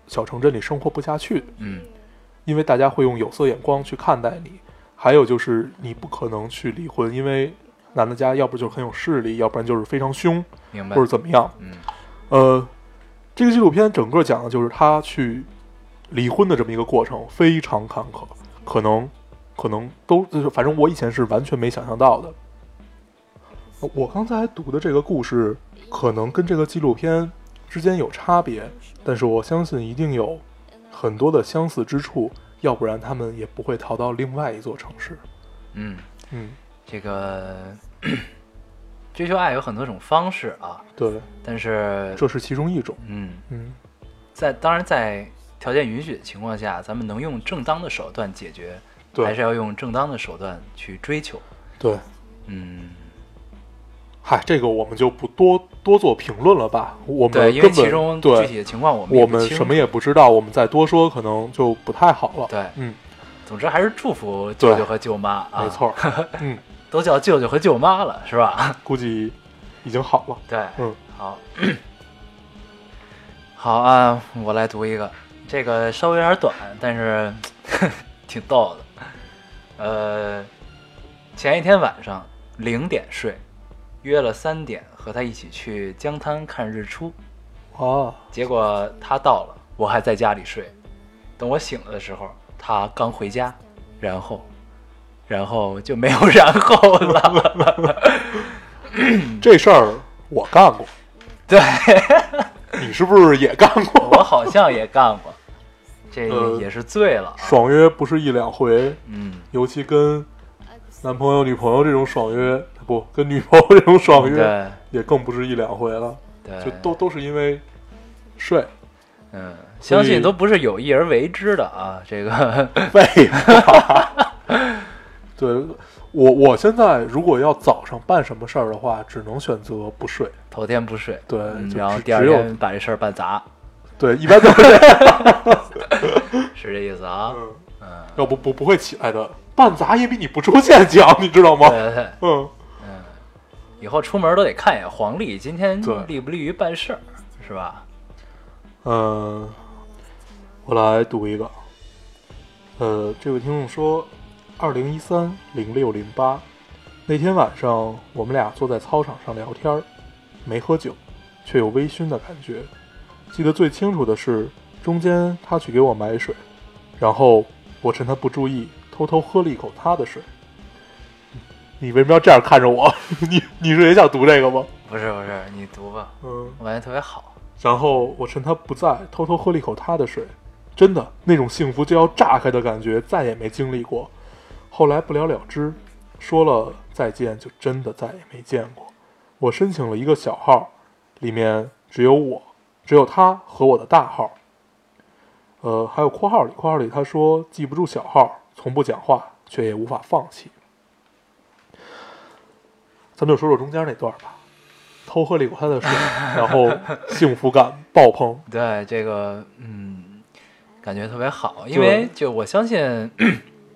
S2: 小城镇里生活不下去的，
S1: 嗯
S2: 因为大家会用有色眼光去看待你。还有就是你不可能去离婚，因为男的家要不就是很有势力，要不然就是非常凶，
S1: 明白
S2: 或者。怎么样。
S1: 嗯
S2: 呃，这个纪录片整个讲的就是他去离婚的这么一个过程，非常坎坷，可能可能都就是反正我以前是完全没想象到的。呃我刚才读的这个故事，可能跟这个纪录片之间有差别，但是我相信一定有很多的相似之处，要不然他们也不会逃到另外一座城市。
S1: 嗯，
S2: 嗯，
S1: 这个 追求爱有很多种方式啊，
S2: 对，
S1: 但是
S2: 这是其中一种。
S1: 嗯，
S2: 嗯，
S1: 在当然在条件允许的情况下，咱们能用正当的手段解决，还是
S2: 对
S1: 要用正当的手段去追求。
S2: 对。
S1: 嗯，
S2: 嗨，这个我们就不多多做评论了吧。我们
S1: 对，因为
S2: 根本
S1: 其中具体
S2: 对
S1: 的情况我们
S2: 我
S1: 也不
S2: 们
S1: 清
S2: 什么
S1: 楚
S2: 也不知道，我们再多说可能就不太好了。
S1: 对
S2: 嗯，
S1: 总之还是祝福舅
S2: 对
S1: 舅和舅妈啊，
S2: 没，错儿， 嗯，
S1: 都叫舅舅和舅妈了，是吧？
S2: 估计已经好了。
S1: 对，
S2: 嗯，
S1: 好， 好啊，我来读一个，这个稍微有点短，但是 挺逗的。呃，前一天晚上零点睡，约了三点和他一起去江滩看日出，
S2: 啊，
S1: 结果他到了，我还在家里睡。等我醒了的时候，他刚回家，然后，然后就没有 然后了。
S2: 这事儿我干过，
S1: 对。
S2: 你是不是也干过？
S1: 我好像也干过，这
S2: 呃
S1: 也是醉了啊。
S2: 爽约不是一两回，
S1: 嗯，
S2: 尤其跟男朋友、女朋友这种爽约，不跟女朋友这种爽约，
S1: 对
S2: 也更不是一两回了，
S1: 对，
S2: 就都都是因为睡。
S1: 嗯，相
S2: 所
S1: 信
S2: 以
S1: 都不是有意而为之的啊。这个
S2: 废话。对我，我现在如果要早上办什么事儿的话，只能选择不睡。
S1: 头天不睡，
S2: 对
S1: 嗯
S2: 就
S1: 然后
S2: 只
S1: 第二
S2: 只有
S1: 天把这事儿办砸，
S2: 对，一般都是这样。
S1: 是这意思啊？
S2: 嗯
S1: 嗯，
S2: 要不不不会起来的。办砸也比你不出现强，你知道吗
S1: 对？对对，
S2: 嗯，
S1: 嗯，以后出门都得看一眼黄历，今天
S2: 对
S1: 利不利于办事儿，是吧？
S2: 呃，我来读一个。呃，这位听众说，二零一三零六零八那天晚上，我们俩坐在操场上聊天儿，没喝酒，却有微醺的感觉。记得最清楚的是，中间他去给我买水，然后我趁他不注意，偷偷喝了一口他的水。你为什么要这样看着我？ 你你是也想读这个吗？
S1: 不是不是，你读吧，
S2: 嗯，
S1: 我感觉特别好。
S2: 然后我趁他不在，偷偷喝了一口他的水，真的那种幸福就要炸开的感觉再也没经历过。后来不了了之，说了再见就真的再也没见过。我申请了一个小号，里面只有我，只有他和我的大号。呃，还有括号里，括号里他说记不住小号，从不讲话，却也无法放弃。咱们就说说中间那段吧，偷喝了一口他的水，然后幸福感爆棚。
S1: 对这个，嗯，感觉特别好，因为就我相信，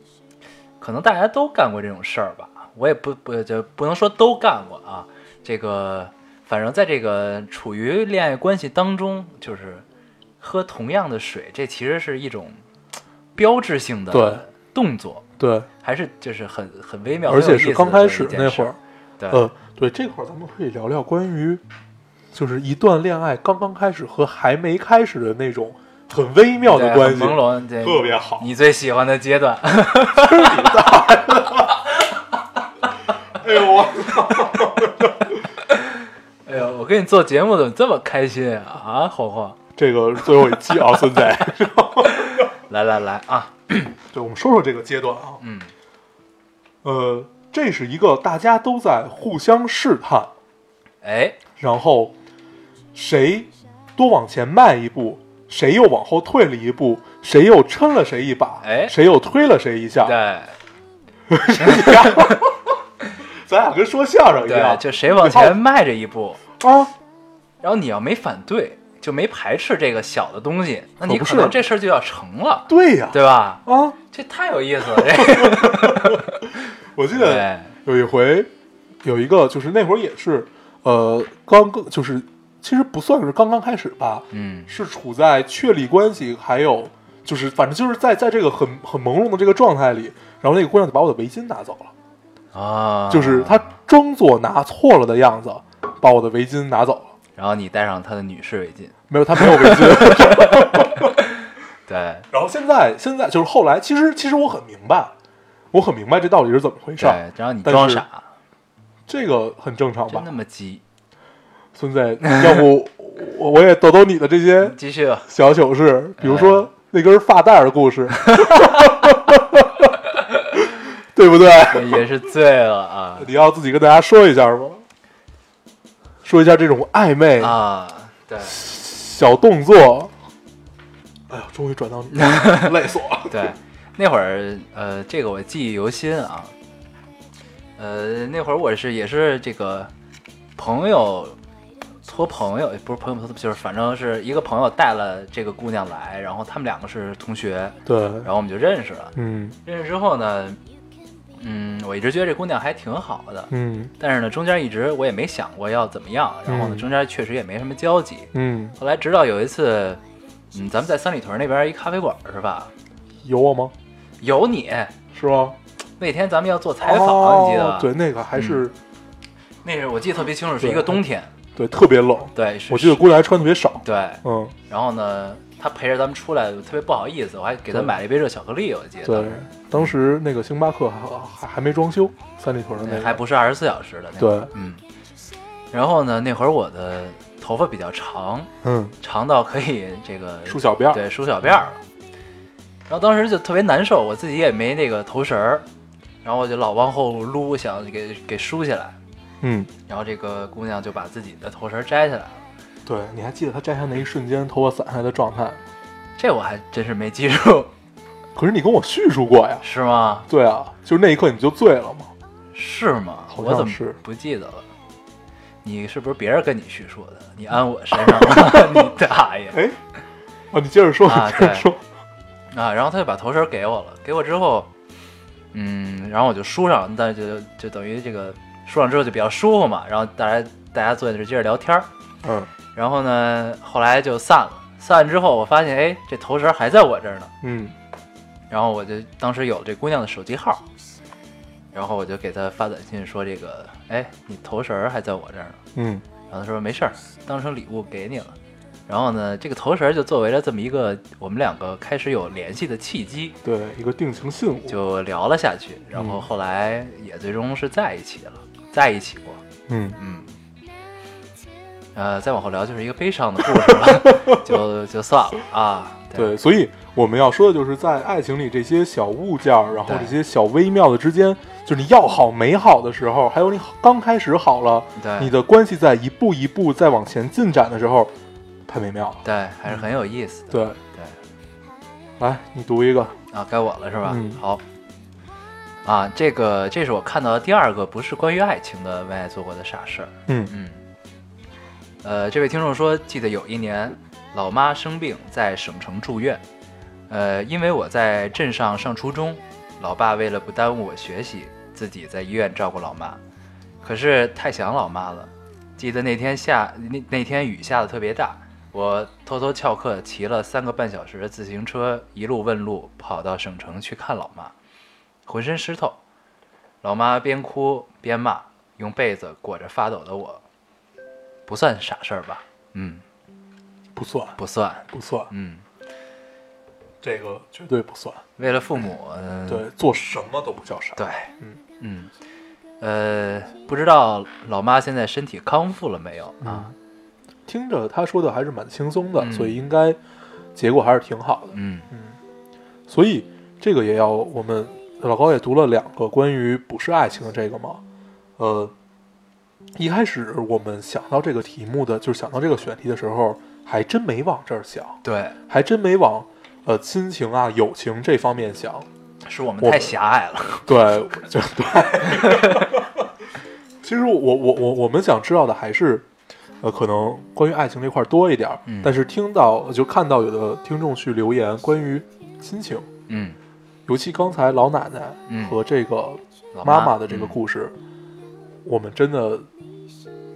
S1: 可能大家都干过这种事儿吧。我也不不就不能说都干过啊，这个反正在这个处于恋爱关系当中，就是喝同样的水，这其实是一种标志性
S2: 对
S1: 的动作，
S2: 对，
S1: 还是就是很很微妙，
S2: 而且
S1: 很有
S2: 是
S1: 意思的
S2: 刚开始
S1: 一件
S2: 那
S1: 事
S2: 会儿，，
S1: 对，
S2: 呃，对这块儿咱们可以聊聊关于，就是一段恋爱刚刚开始和还没开始的那种很微妙
S1: 对
S2: 的关系，
S1: 很朦 胧，对，
S2: 特别好。
S1: 你最喜欢的阶段，
S2: 哎呦我操！
S1: 哎呦，我跟你做节目怎么这么开心啊？啊，红红，
S2: 这个最后一期啊，孙仔，
S1: 来来来啊，
S2: 对，我们说说这个阶段啊，
S1: 嗯，
S2: 呃，这是一个大家都在互相试探，
S1: 哎，
S2: 然后谁多往前迈一步，谁又往后退了一步，谁又抻了谁一把，
S1: 哎
S2: 谁又推了谁一下，
S1: 对。
S2: 咱俩跟说相声一
S1: 对，
S2: 样，
S1: 就谁往前迈这一步，
S2: 啊，
S1: 然后你要没反对，就没排斥这个小的东西，那你
S2: 可不
S1: 可
S2: 是
S1: 能这事儿就要成了，
S2: 对呀、
S1: 对吧？
S2: 啊，
S1: 这太有意思了，这 个
S2: 我记得
S1: 对，
S2: 有一回，有一个就是那会儿也是，呃，刚刚就是其实不算是刚刚开始吧，
S1: 嗯，
S2: 是处在确立关系，还有就是反正就是在在这个很很朦胧的这个状态里，然后那个姑娘就把我的围巾拿走了，
S1: 啊，
S2: 就是她，装作拿错了的样子，把我的围巾拿走了，
S1: 然后你戴上他的女士围巾，
S2: 没有，她没有围 巾。
S1: 对，
S2: 然后现在现在就是后来，其实其实我很明白，我很明白这到底是怎么回事儿，
S1: 对，然后你
S2: 但
S1: 装
S2: 是
S1: 傻，
S2: 这个很正常吧
S1: 真那？么急，
S2: 孙子，要不我我也抖抖你的这些
S1: 继续吧，
S2: 小糗事，比如
S1: 哎
S2: 说那根发带儿 的故事，对不对？
S1: 也是醉了啊
S2: 你要自己跟大家说一下吗？说一下这种暧昧
S1: 啊，对
S2: 小动作。哎呀，终于转到你了，累死我了。
S1: 对，那会儿呃，这个我记忆犹新啊，呃，那会儿我是也是这个朋友托朋友，不是朋友托，就是反正是一个朋友带了这个姑娘来，然后他们两个是同学，
S2: 对
S1: 然，后我们就认识了。
S2: 嗯
S1: 认识之后呢，嗯，我一直觉得这姑娘还挺好的，
S2: 嗯
S1: 但是呢，中间一直我也没想过要怎么样，然后呢，
S2: 嗯
S1: 中间确实也没什么交集。
S2: 嗯，
S1: 后来直到有一次，嗯，咱们在三里屯那边一咖啡馆是吧？
S2: 有我吗？
S1: 有你
S2: 是吗？
S1: 那天咱们要做采访，啊
S2: 哦
S1: 你记得吧？
S2: 对，，那个还是、
S1: 那是我记得特别清楚，是
S2: 对
S1: 一个冬天，
S2: 嗯对特别冷，
S1: 对，是
S2: 我记得姑娘还穿特别少。
S1: 对。
S2: 嗯，
S1: 然后呢，他陪着咱们出来，我特别不好意思，我还给他
S2: 对
S1: 买了一杯热巧克力，我记得当
S2: 对
S1: 时，
S2: 当时那个星巴克还还还没装修，三里屯的那
S1: 那
S2: 个
S1: 还不是二十四小时的那会儿
S2: 对，
S1: 嗯。然后呢，那会儿我的头发比较长，
S2: 嗯
S1: 长到可以这个
S2: 梳小辫儿，
S1: 对梳小辫儿了。然后当时就特别难受，我自己也没那个头绳儿，然后我就老往后撸，想给给梳起来。
S2: 嗯，
S1: 然后这个姑娘就把自己的头绳儿摘下来了。
S2: 对，你还记得她摘下那一瞬间头发散下来的状态？
S1: 这我还真是没记住，
S2: 可是你跟我叙述过呀，
S1: 是吗？
S2: 对啊，就是那一刻你就醉了嘛。
S1: 是吗？
S2: 好
S1: 我
S2: 像
S1: 怎么
S2: 是
S1: 不记得了？你是不是别人跟你叙述的？你安我身上了， 你大爷
S2: 哎，啊，你接着说，
S1: 啊
S2: 你接着说，
S1: 啊！然后他就把头绳给我了，给我之后，嗯，然后我就梳上，但是就就等于这个梳上之后就比较舒服嘛。然后大家大家坐在这接着聊天儿，
S2: 嗯
S1: 然后呢，后来就散了。散了之后，我发现哎，这头绳还在我这儿呢。
S2: 嗯
S1: 然后我就当时有了这姑娘的手机号，然后我就给她发短信说这个，哎，你头绳儿还在我这儿呢。
S2: 嗯，
S1: 然后她说没事儿，当成礼物给你了。然后呢，这个头绳儿就作为了这么一个我们两个开始有联系的契机，
S2: 对，一个定情信物，
S1: 就聊了下去。然后后来也最终是在一起了，在一起过。
S2: 嗯，
S1: 嗯，呃，再往后聊就是一个悲伤的故事了， 就就算了啊。
S2: 对，所以我们要说的就是在爱情里这些小物件儿，然后
S1: 对
S2: 这些小微妙的之间，就是你要好没好的时候，还有你好刚开始好了，
S1: 对
S2: 你的关系在一步一步在往前进展的时候，太美妙了。
S1: 对，还是很有意思的。
S2: 对，
S1: 对。
S2: 来，你读一个，
S1: 啊，该我了是吧？
S2: 嗯
S1: 好。啊，这个这是我看到的第二个不是关于爱情的为爱做过的傻事儿。
S2: 嗯
S1: 嗯。呃，这位听众说，记得有一年，老妈生病在省城住院，呃，因为我在镇上上初中，老爸为了不耽误我学习，自己在医院照顾老妈。可是太想老妈了，记得那天下那那天雨下的特别大，我偷偷翘课骑了三个半小时的自行车，一路问路跑到省城去看老妈，浑身湿透。老妈边哭边骂，用被子裹着发抖的我，不算傻事儿吧？嗯，
S2: 不算，
S1: 不算，
S2: 不算，
S1: 嗯。
S2: 这个绝对不算。
S1: 为了父母，嗯、
S2: 对，做什么都不叫傻。
S1: 对，
S2: 嗯
S1: 嗯，呃，不知道老妈现在身体康复了没有啊？
S2: 听着他说的还是蛮轻松的，
S1: 嗯
S2: 所以应该结果还是挺好的。
S1: 嗯
S2: 所以这个也要我们老高也读了两个关于不是爱情的这个嘛，呃，一开始我们想到这个题目的，就是想到这个选题的时候，还真没往这儿想，
S1: 对，
S2: 还真没往呃亲情啊、友情这方面想。
S1: 是我们
S2: 我
S1: 太狭隘了。
S2: 对，就对。 其实我我我我们想知道的还是，呃，可能关于爱情这块儿多一点儿，
S1: 嗯
S2: 但是听到就看到有的听众去留言关于亲情，
S1: 嗯，
S2: 尤其刚才老奶奶
S1: 嗯
S2: 和这个
S1: 老
S2: 妈
S1: 妈嗯
S2: 妈的这个故事，我们真的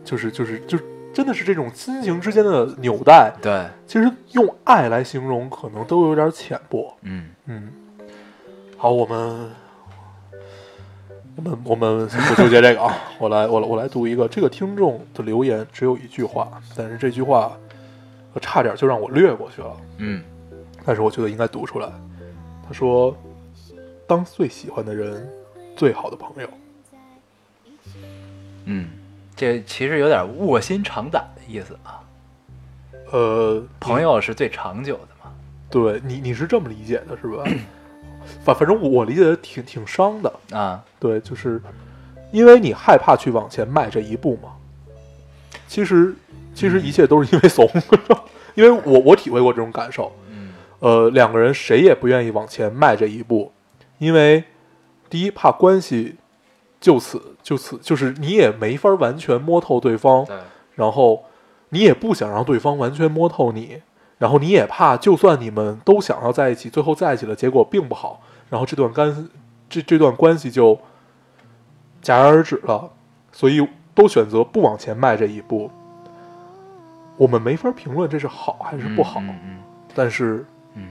S2: 就是就是就真的是这种亲情之间的纽带，
S1: 对，
S2: 其实用爱来形容可能都有点浅薄。
S1: 嗯，
S2: 嗯，好，我们我们我们不纠结这个啊， 我来我来我来读一个，这个听众的留言只有一句话，但是这句话呃差点就让我略过去了。
S1: 嗯，
S2: 但是我觉得应该读出来。他说：“当最喜欢的人，最好的朋友。
S1: 嗯，这其实有点卧薪尝胆的意思
S2: 嗯
S1: 啊。”
S2: 呃，
S1: 朋友是最长久的嘛。
S2: 对你你是这么理解的，是吧？反反正我我理解的挺挺伤的，
S1: 啊，
S2: 对，就是因为你害怕去往前迈这一步嘛。其实其实一切都是因为怂， 因为我我体会过这种感受。
S1: 嗯
S2: 呃，两个人谁也不愿意往前迈这一步，因为第一怕关系就此就此，就是你也没法完全摸透对方，
S1: 对，
S2: 然后你也不想让对方完全摸透你，然后你也怕，就算你们都想要在一起，最后在一起了，结果并不好，然后这段干这这段关系就戛然而止了，所以都选择不往前迈这一步。我们没法评论这是好还是不好，
S1: 嗯嗯
S2: 但是
S1: 嗯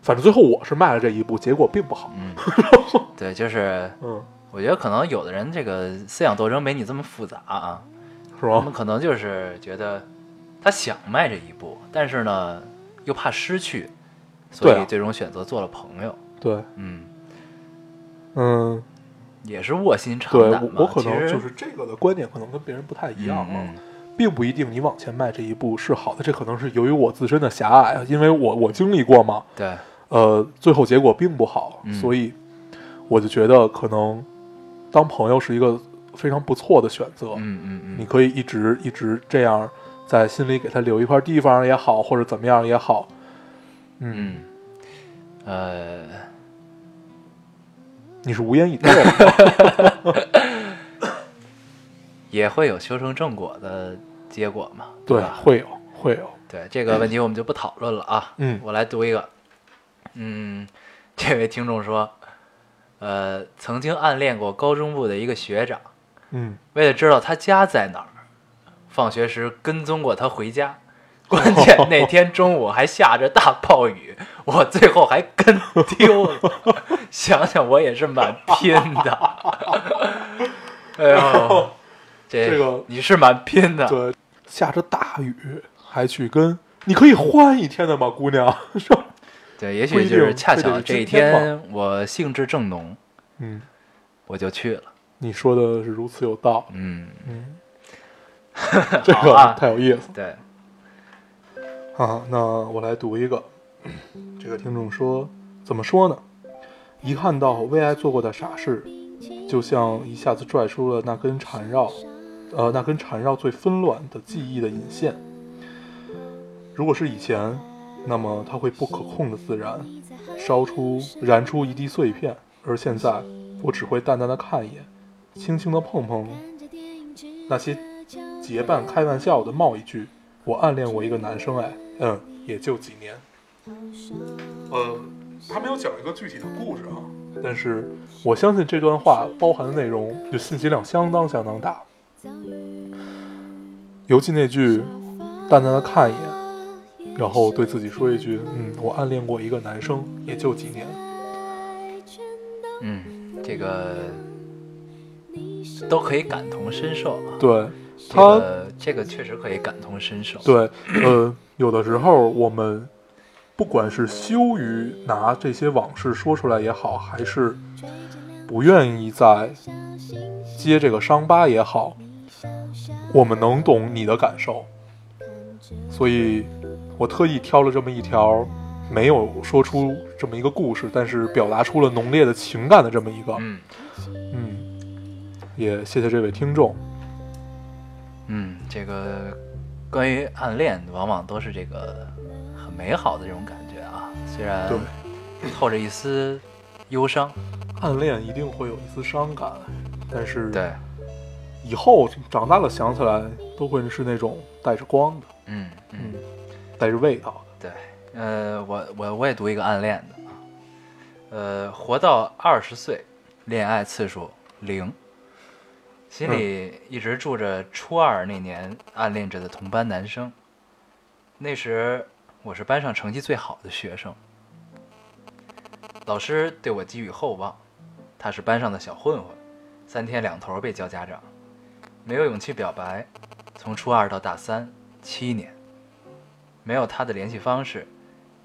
S2: 反正最后我是迈了这一步，结果并不好。
S1: 嗯，嗯 对，就是
S2: 嗯，
S1: 我觉得可能有的人这个思想斗争没你这么复杂啊。
S2: 是
S1: 我
S2: 吧
S1: 们？可能就是觉得他想迈这一步，但是呢又怕失去，所
S2: 对啊
S1: 以最终选择做了朋友。
S2: 对，
S1: 嗯，
S2: 嗯，
S1: 也是卧薪尝
S2: 对
S1: 胆
S2: 我
S1: 嘛
S2: 我可能
S1: 其实
S2: 就是这个的观点可能跟别人不太一样啊，
S1: 嗯
S2: 并不一定你往前迈这一步是好的，这可能是由于我自身的狭隘啊，因为我我经历过嘛，
S1: 对，
S2: 呃，最后结果并不好，
S1: 嗯
S2: 所以我就觉得可能当朋友是一个非常不错的选择，
S1: 嗯嗯
S2: 你
S1: 嗯，
S2: 可以一直一直这样在心里给他留一块地方也好，或者怎么样也好，嗯，
S1: 嗯，呃，
S2: 你是无言以 对了，
S1: 也会有修成正果的结果嘛，
S2: 对，
S1: 吧？
S2: 会有会有，
S1: 对这个问题我们就不讨论了啊。
S2: 嗯
S1: 我来读一个。嗯，这位听众说，呃，曾经暗恋过高中部的一个学长，
S2: 嗯，
S1: 为了知道他家在哪儿，放学时跟踪过他回 家。关键那天中午还下着大暴雨，我最后还跟丢了。 想想我也是蛮拼的。哎呦，这
S2: 这个
S1: 你是蛮拼的，
S2: 对，下着大雨还去跟，你可以换一天的吗，姑娘？是吧
S1: 对，也许
S2: 不一
S1: 就是
S2: 定
S1: 恰
S2: 非得
S1: 巧
S2: 是
S1: 这一
S2: 今天
S1: 天我兴致正浓，
S2: 嗯，
S1: 我就去了。
S2: 你说的是如此有道理，
S1: 嗯，
S2: 嗯， 这
S1: 好啊
S2: 个太有意思
S1: 对，
S2: 啊。那我来读一个，这个听众说，怎么说呢？遗憾到为爱做过的傻事，就像一下子拽出了那根缠绕，呃，那根缠绕最纷乱的记忆的引线。如果是以前，那么它会不可控的自燃，烧出燃出一地碎片。而现在，我只会淡淡的看一眼，轻轻的碰碰那些结伴开玩笑的冒一句：“我暗恋过一个男生，哎，嗯，也就几年。”呃，他没有讲一个具体的故事啊，但是我相信这段话包含的内容就信息量相当相当大，尤其那句淡淡的看一眼，然后对自己说一句：“嗯，我暗恋过一个男生，也就几年。
S1: 嗯，这个都可以感同身受啊”。
S2: 对，
S1: 这
S2: 他
S1: 个这个确实可以感同身受。，
S2: 对，呃，有的时候我们不管是羞于拿这些往事说出来也好，还是不愿意再揭这个伤疤也好，我们能懂你的感受。所以，我特意挑了这么一条没有说出这么一个故事，但是表达出了浓烈的情感的这么一个，
S1: 嗯
S2: 嗯，也谢谢这位听众。
S1: 嗯，这个关于暗恋，往往都是这个很美好的这种感觉啊，虽然
S2: 对，
S1: 透着一丝忧伤。
S2: 暗恋一定会有一丝伤感，但是
S1: 对，
S2: 以后长大了想起来，都会是那种带着光的，
S1: 嗯嗯
S2: 嗯，，带着味道的。
S1: 对，呃，我我我也读一个暗恋的啊，呃，活到二十岁，恋爱次数零，心里一直住着初二那年暗恋着的同班男生，那时我是班上成绩最好的学生，老师对我寄予厚望，他是班上的小混混，三天两头被叫家长，没有勇气表白，从初二到大三七年。没有他的联系方式，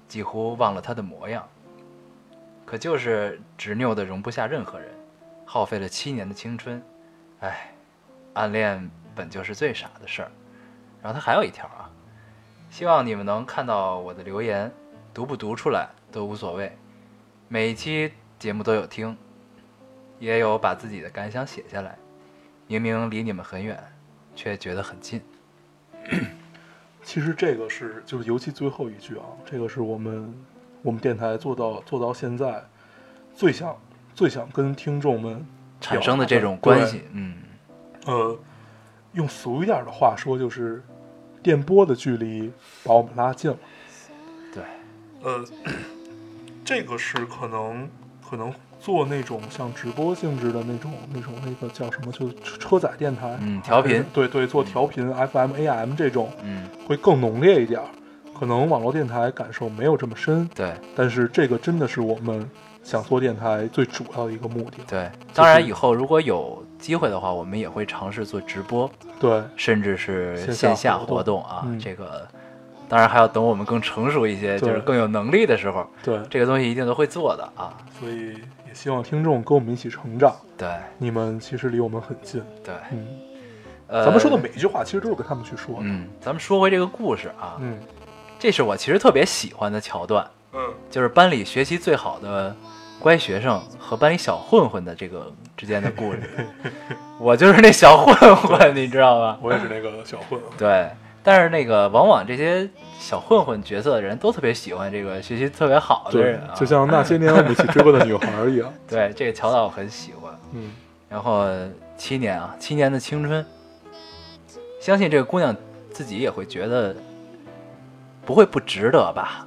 S1: 几乎忘了他的模样。可就是执拗的容不下任何人，耗费了七年的青春。唉，暗恋本就是最傻的事儿。然后他还有一条啊，希望你们能看到我的留言，读不读出来都无所谓。每一期节目都有听，也有把自己的感想写下来。明明离你们很远，却觉得很近。
S2: 其实这个是，就是尤其最后一句啊，这个是我们我们电台做到做到现在最想最想跟听众们
S1: 产生的
S2: 表
S1: 这
S2: 达
S1: 种关系，嗯。
S2: 对呃，用俗一点的话说，就是电波的距离把我们拉近了。
S1: 对，
S2: 呃， 这个是可能可能做那种像直播性质的那种那种那个叫什么，就是车载电台，
S1: 嗯调频
S2: 对对，做调频 FM、AM 这种
S1: 嗯
S2: 会更浓烈一点儿。可能网络电台感受没有这么深，，
S1: 对
S2: 但是这个真的是我们想做电台最主要的一个目的。
S1: 对，当然以后如果有机会的话，我们也会尝试做直播，
S2: 对，
S1: 甚至是线
S2: 线下
S1: 下
S2: 活
S1: 活
S2: 动
S1: 动啊。
S2: 嗯
S1: 这个当然还要等我们更成熟一些，
S2: 对
S1: 就是更有能力的时候，
S2: 对，
S1: 这个东西一定都会做的啊。
S2: 所以也希望听众跟我们一起成长。
S1: 对
S2: 你们其实离我们很近，
S1: 对，
S2: 嗯，
S1: 呃，
S2: 咱们说的每一句话其实都是跟他们去说的，
S1: 嗯，咱们说回这个故事啊，
S2: 嗯
S1: 这是我其实特别喜欢的桥段，
S2: 嗯
S1: 就是班里学习最好的乖学生和班里小混混的这个之间的故事。我就是那小混混，你知道吗？
S2: 我也是那个小混，
S1: 对，但是那个往往这些小混混角色的人都特别喜欢这个学习特别好的
S2: 对
S1: 人、啊，，
S2: 就像那些年我们一起追过的女孩一样，
S1: 对这个桥段我很喜欢。
S2: 嗯，
S1: 然后七年啊，七年的青春，相信这个姑娘自己也会觉得不会不值得吧？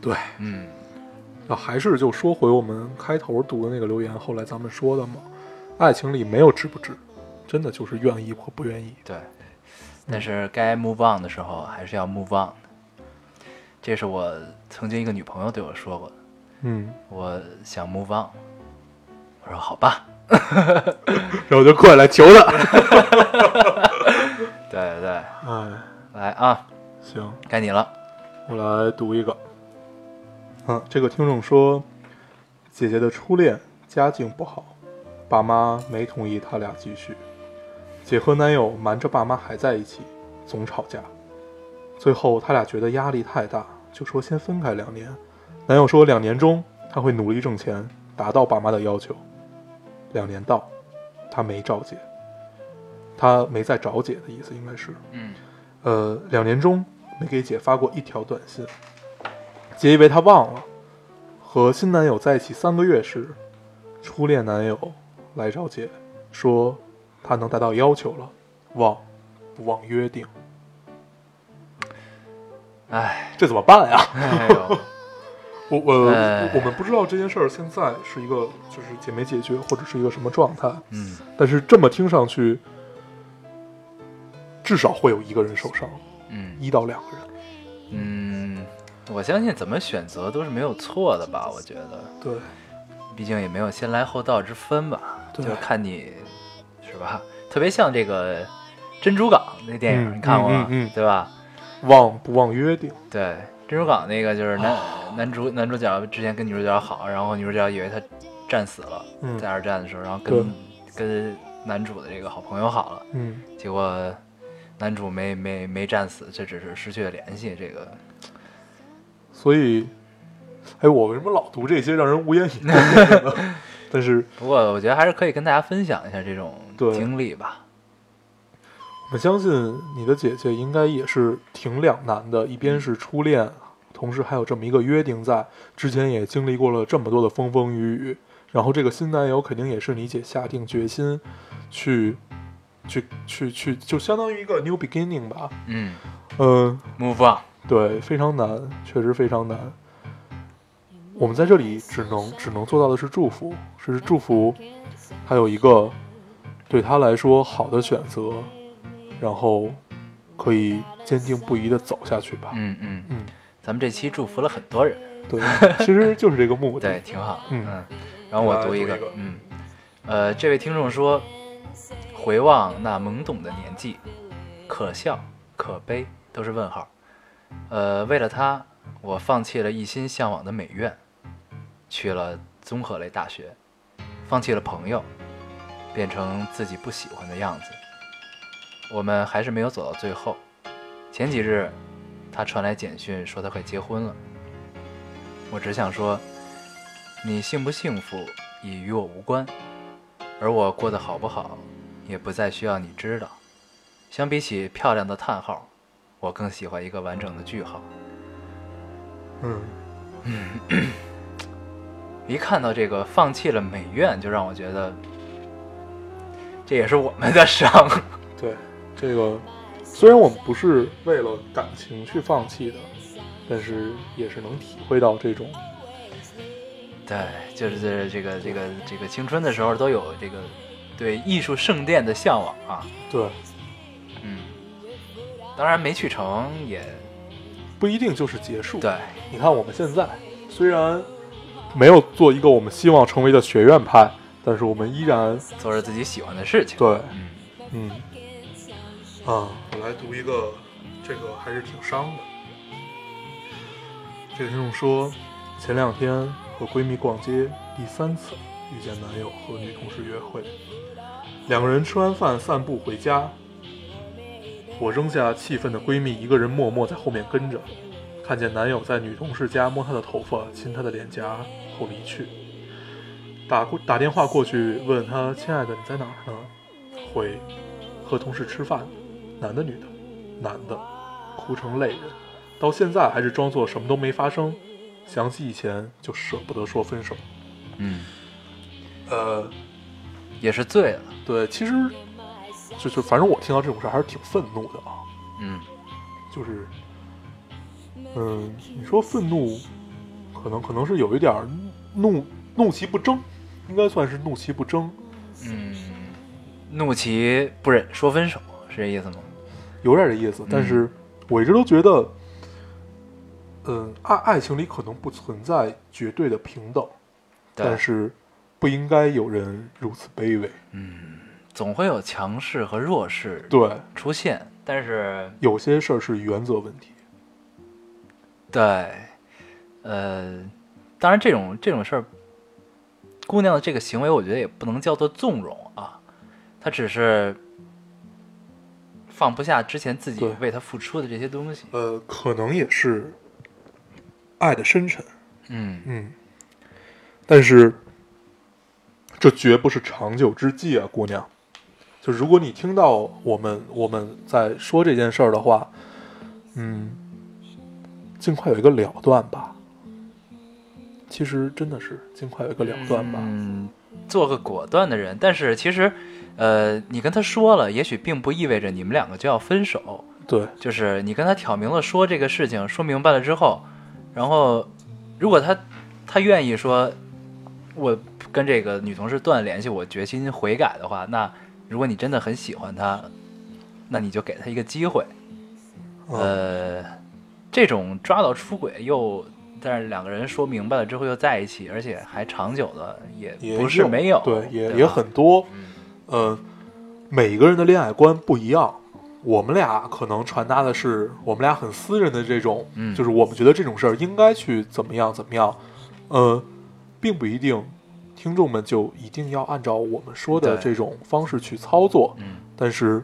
S2: 对，
S1: 嗯，
S2: 那还是就说回我们开头读的那个留言，后来咱们说的嘛，爱情里没有值不值，真的就是愿意和不愿意，
S1: 对。但是该 move on 的时候还是要 move on 的这是我曾经一个女朋友对我说过的，
S2: 嗯，
S1: 我想 move on，我说好吧。
S2: 然后就过来求他，
S1: 对对对，
S2: 哎，
S1: 来啊，
S2: 行，
S1: 该你了。
S2: 我来读一个。嗯，这个听众说，姐姐的初恋家境不好，爸妈没同意他俩继续。姐和男友瞒着爸妈还在一起，总吵架。最后他俩觉得压力太大，就说先分开两年。男友说两年中他会努力挣钱，达到爸妈的要求。两年到，他没找姐，他没再找姐的意思应该是。
S1: 嗯
S2: 呃，两年中没给姐发过一条短信。姐以为她忘了，和新男友在一起三个月时，初恋男友来找姐，说他能达到要求了，忘不忘约定，，
S1: 哎，
S2: 这怎么办呀？
S1: 哎 哎呦，
S2: 我我、
S1: 哎
S2: 我们不知道这件事儿现在是一个就是解没解决，或者是一个什么状态，
S1: 嗯，
S2: 但是这么听上去，至少会有一个人受伤，
S1: 嗯
S2: 一到两个人。
S1: 嗯，我相信怎么选择都是没有错的吧？我觉得，
S2: 对，
S1: 毕竟也没有先来后到之分吧，就
S2: 对
S1: 是看你是吧？特别像这个《珍珠港》那电影，
S2: 嗯
S1: 你看过吗？
S2: 嗯嗯嗯
S1: 对吧？
S2: 忘不忘约定？
S1: 对，《珍珠港》那个就是男、
S2: 哦
S1: 男主男主角之前跟女主角好，然后女主角以为他战死了，
S2: 嗯
S1: 在二战的时候，然后
S2: 对
S1: 跟跟男主的这个好朋友好了，
S2: 嗯，
S1: 结果男主没没没战死，这只是失去了联系。这个
S2: 所以，哎，我为什么老读这些让人无言以对的事呢？但是
S1: 不过我觉得还是可以跟大家分享一下这种
S2: 对
S1: 经历吧。
S2: 我相信你的姐姐应该也是挺两难的，一边是初恋，同时还有这么一个约定在，之前也经历过了这么多的风风雨雨，然后这个新男友肯定也是你姐下定决心去，去去去，就相当于一个 new beginning 吧，
S1: 嗯
S2: 嗯，
S1: ，move on。
S2: 对，非常难，确实非常难。我们在这里只能只能做到的是祝福，是祝福，还有一个对他来说好的选择，然后可以坚定不移的走下去吧。
S1: 嗯嗯，
S2: 嗯，
S1: 咱们这期祝福了很多人，
S2: 对，其实就是这个目的。
S1: 对，挺好。
S2: 嗯
S1: 然后我
S2: 来
S1: 读
S2: 读
S1: 一
S2: 一
S1: 个
S2: 个，
S1: 嗯，呃，这位听众说，回望那懵懂的年纪，可笑可悲都是问号。呃，为了他，我放弃了一心向往的美院，去了综合类大学，放弃了朋友，变成自己不喜欢的样子。我们还是没有走到最后。前几日，他传来简讯说他快结婚了。我只想说，你幸不幸福已与我无关，而我过得好不好也不再需要你知道。相比起漂亮的叹号，我更喜欢一个完整的句号。
S2: 嗯，
S1: 一看到这个放弃了美院，就让我觉得这也是我们的伤。
S2: 对，这个虽然我们不是为了感情去放弃的，但是也是能体会到这种
S1: 对，就是这这个这个这个青春的时候都有这个对艺术盛殿的向往啊。
S2: 对，
S1: 嗯，当然没去成也
S2: 不一定就是结束。
S1: 对，
S2: 你看我们现在虽然没有做一个我们希望成为的学院派，但是我们依然
S1: 做着自己喜欢的事情。
S2: 对，
S1: 嗯。
S2: 嗯，啊，我来读一个，这个还是挺伤的。这个听众说，前两天和闺蜜逛街，第三次遇见男友和女同事约会，两个人吃完饭散步回家，我扔下气愤的闺蜜，一个人默默在后面跟着，看见男友在女同事家摸她的头发，亲她的脸颊后离去。打过打电话过去问她：“亲爱的，你在哪儿呢？”回和同事吃饭，男的女的，男的，哭成泪人，到现在还是装作什么都没发生。想起以前就舍不得说分手。
S1: 嗯
S2: 呃，，
S1: 也是醉了。
S2: 对，其实就就反正我听到这种事儿还是挺愤怒的啊，
S1: 嗯
S2: 就是，嗯，你说愤怒，可能可能是有一点儿怒怒其不争，应该算是怒其不争。
S1: 嗯，怒其不忍，说分手是这意思吗？
S2: 有点这意思，但是我一直都觉得，嗯，爱爱情里可能不存在绝对的平等，
S1: 对
S2: 但是不应该有人如此卑微。
S1: 总会有强势和弱势
S2: 对，
S1: 出现，但是
S2: 有些事儿是原则问题。
S1: 对，呃，当然这种这种事儿，姑娘的这个行为，我觉得也不能叫做纵容啊，她只是放不下之前自己
S2: 对
S1: 为她付出的这些东西。
S2: 呃，可能也是爱的深沉，
S1: 嗯，
S2: 嗯，但是这绝不是长久之计啊，姑娘。就如果你听到我们我们在说这件事儿的话，嗯，尽快有一个了断吧。其实真的是尽快有一个了断吧。
S1: 嗯，做个果断的人。但是其实，呃，你跟他说了，也许并不意味着你们两个就要分手。
S2: 对
S1: 就是你跟他挑明了说这个事情，说明白了之后，然后如果他他愿意说，我跟这个女同事断了联系，我决心悔改的话，那如果你真的很喜欢她，那你就给她一个机会。
S2: 嗯
S1: 呃，这种抓到出轨又，但是两个人说明白了之后又在一起，而且还长久的，
S2: 也
S1: 也不是没有，
S2: 对，也
S1: 吧
S2: 也很多。嗯，每个人的恋爱观不一样，我们俩可能传达的是我们俩很私人的这种，
S1: 嗯
S2: 就是我们觉得这种事儿应该去怎么样怎么样，呃，并不一定听众们就一定要按照我们说的
S1: 对
S2: 这种方式去操作，
S1: 嗯，
S2: 但是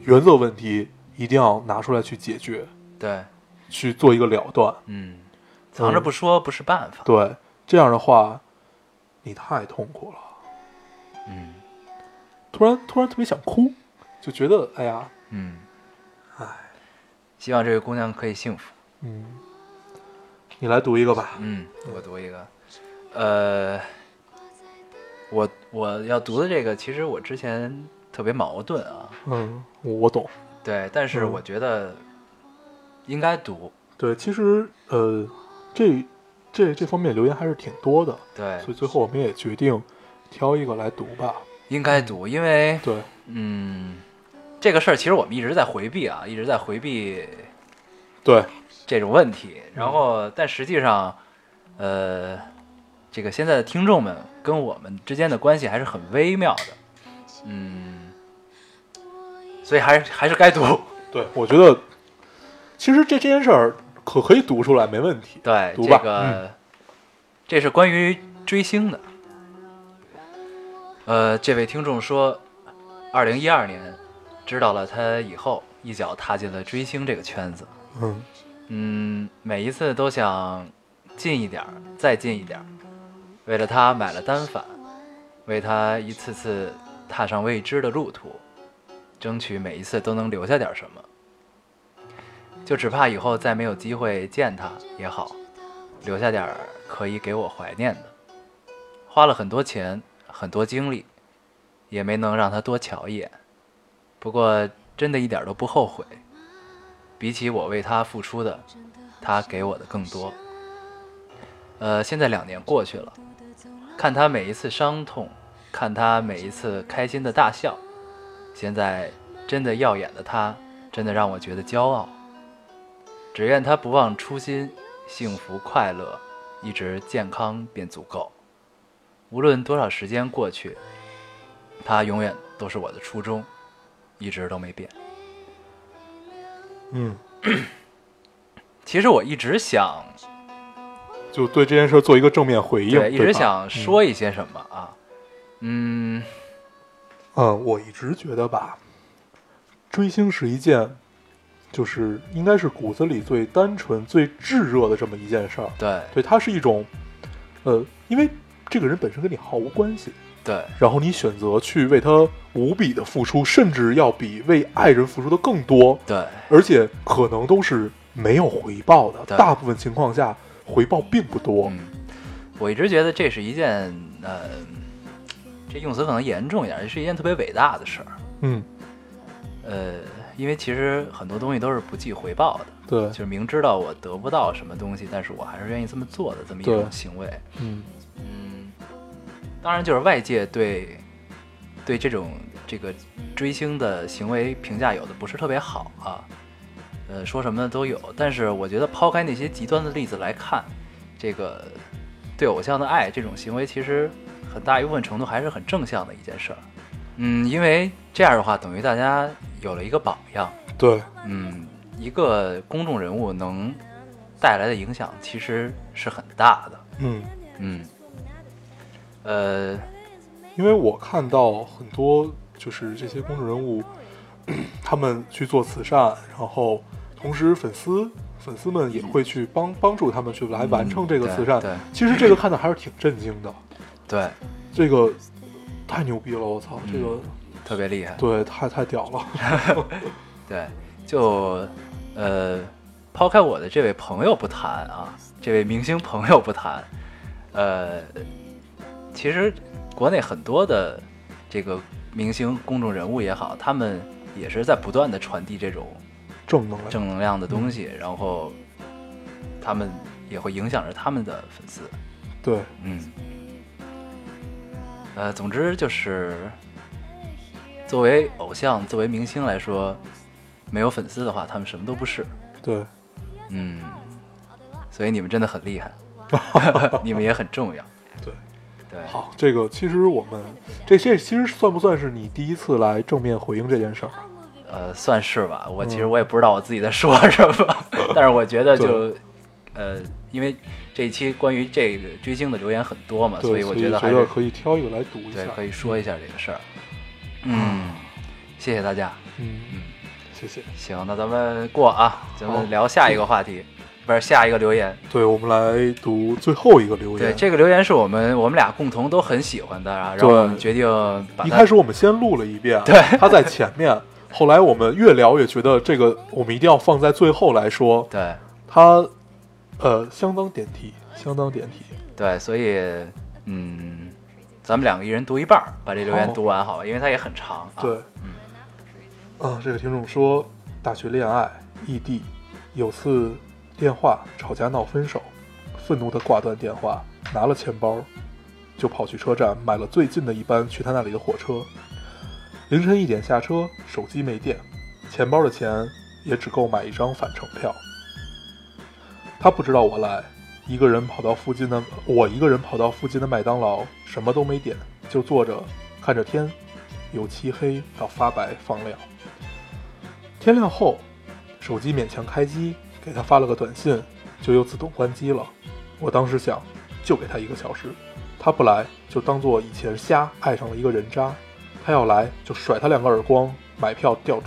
S2: 原则问题一定要拿出来去解决，
S1: 对，
S2: 去做一个了断。
S1: 嗯，藏着不说不是办法，
S2: 对，这样的话，你太痛苦了。
S1: 嗯
S2: 突然突然特别想哭，就觉得哎呀，
S1: 嗯，
S2: 唉，
S1: 希望这位姑娘可以幸福。
S2: 嗯，你来读一个吧。
S1: 嗯，我读一个，呃，我我要读的这个，其实我之前特别矛盾啊，
S2: 嗯，我我懂。
S1: 对，但是
S2: 嗯
S1: 我觉得应该读，
S2: 对，其实呃，这这这方面留言还是挺多的，
S1: 对，
S2: 所以最后我们也决定挑一个来读吧。
S1: 应该读，因为
S2: 对，
S1: 嗯，这个事儿其实我们一直在回避啊，一直在回避
S2: 对，
S1: 这种问题。然后，但实际上，呃，这个现在的听众们跟我们之间的关系还是很微妙的，嗯，所以还是还是该读。
S2: 对，我觉得其实这这件事儿可可以读出来，没问题。
S1: 对，
S2: 读
S1: 这
S2: 吧嗯
S1: 个、嗯这是关于追星的。呃，这位听众说，二零一二年知道了他以后，一脚踏进了追星这个圈子。
S2: 嗯
S1: 嗯，每一次都想近一点儿，再近一点儿。为了他买了单反，为他一次次踏上未知的路途，争取每一次都能留下点儿什么。就只怕以后再没有机会见他也好，留下点儿可以给我怀念的。花了很多钱，很多精力，也没能让他多瞧一眼。不过真的一点儿都不后悔。比起我为他付出的，他给我的更多。呃，现在两年过去了，看他每一次伤痛，看他每一次开心的大笑，现在真的耀眼的他，真的让我觉得骄傲。只愿他不忘初心，幸福快乐，一直健康便足够。无论多少时间过去，他永远都是我的初衷，一直都没变。
S2: 嗯，
S1: 其实我一直想
S2: 就对这件事儿做一个正面回应。
S1: 对，一直
S2: 吧
S1: 想说一些什么啊？嗯，
S2: 嗯，我一直觉得吧，追星是一件，就是应该是骨子里最单纯、最炙热的这么一件事儿。
S1: 对
S2: 对，它是一种，呃，因为这个人本身跟你毫无关系，
S1: 对
S2: 然后你选择去为他无比的付出，甚至要比为爱人付出的更多，
S1: 对
S2: 而且可能都是没有回报的。
S1: 对
S2: 大部分情况下，回报并不多。
S1: 嗯，我一直觉得这是一件呃，这用词可能严重一点，是一件特别伟大的事儿。
S2: 嗯，
S1: 呃，因为其实很多东西都是不计回报的，
S2: 对
S1: 就，是明知道我得不到什么东西，但是我还是愿意这么做的这么一
S2: 对
S1: 种行为。
S2: 嗯，
S1: 嗯，当然就是外界对对这种这个追星的行为评价有的不是特别好啊，呃，说什么的都有。但是我觉得抛开那些极端的例子来看，这个对偶像的爱这种行为，其实很大一部分程度还是很正向的一件事儿。嗯，因为这样的话，等于大家有了一个榜样。
S2: 对，
S1: 嗯，一个公众人物能带来的影响其实是很大的。
S2: 嗯。
S1: 嗯，呃，
S2: 因为我看到很多就是这些公众人物，他们去做慈善，然后同时粉丝粉丝们也会去帮帮助他们去来完成这个慈善。
S1: 嗯对对
S2: 其实这个看的还是挺震惊的，
S1: 对，
S2: 这个太牛逼了！我操，这
S1: 嗯
S2: 个、
S1: 特别厉害，
S2: 对太太屌了。
S1: 对，就呃，抛开我的这位朋友不谈啊，这位明星朋友不谈，呃，其实国内很多的这个明星、公众人物也好，他们也是在不断的传递这种
S2: 正能量，
S1: 正能量的东西，然后他们也会影响着他们的粉丝。
S2: 对，
S1: 嗯，呃，总之就是，作为偶像、作为明星来说，没有粉丝的话，他们什么都不是。
S2: 对，
S1: 嗯，所以你们真的很厉 害，你们也很重要。
S2: 对，
S1: 对，
S2: 好，这个其实我们这这其实算不算是你第一次来正面回应这件事儿？
S1: 呃，算是吧。我其实
S2: 嗯
S1: 我也不知道我自己在说什么， 但是我觉得就，呃，因为这一期关于这个追星的留言很多嘛，所
S2: 对，
S1: 以
S2: 所
S1: 我
S2: 以
S1: 觉得还
S2: 觉
S1: 是
S2: 得可以挑一个来读一
S1: 对
S2: 下。
S1: 可以说一下这个事儿。嗯，谢谢大家。
S2: 嗯
S1: 嗯，，
S2: 谢谢。
S1: 行，那咱们过啊，咱
S2: 好
S1: 们聊下一个话题，不是下一个留言。
S2: 对，我们来读最后一个留
S1: 对，
S2: 言。
S1: 这个留言是我们我们俩共同都很喜欢的啊，然后
S2: 对
S1: 我们决定把
S2: 一
S1: 它
S2: 开始我们先录了一遍，啊
S1: 对
S2: 他在前面。后来我们越聊越觉得这个我们一定要放在最后来说，
S1: 对
S2: 它呃相当点题，相当点题。
S1: 对，所以嗯，咱们两个一人读一半儿，把这留言
S2: 好
S1: 读完好吧，因为它也很长啊。
S2: 对，啊，这个听众说，大学恋爱异地，有次电话吵架闹分手，愤怒的挂断电话，拿了钱包，就跑去车站买了最近的一班去他那里的火车。凌晨一点下车，手机没电，钱包的钱也只够买一张返程票。他不知道我来，一个人跑到附近的我一个人跑到附近的麦当劳，什么都没点，就坐着看着天，由漆黑到发白放亮。天亮后，手机勉强开机，给他发了个短信，就又自动关机了。我当时想，就给他一个小时，他不来就当做以前瞎爱上了一个人渣，他要来就甩他两个耳光，买票掉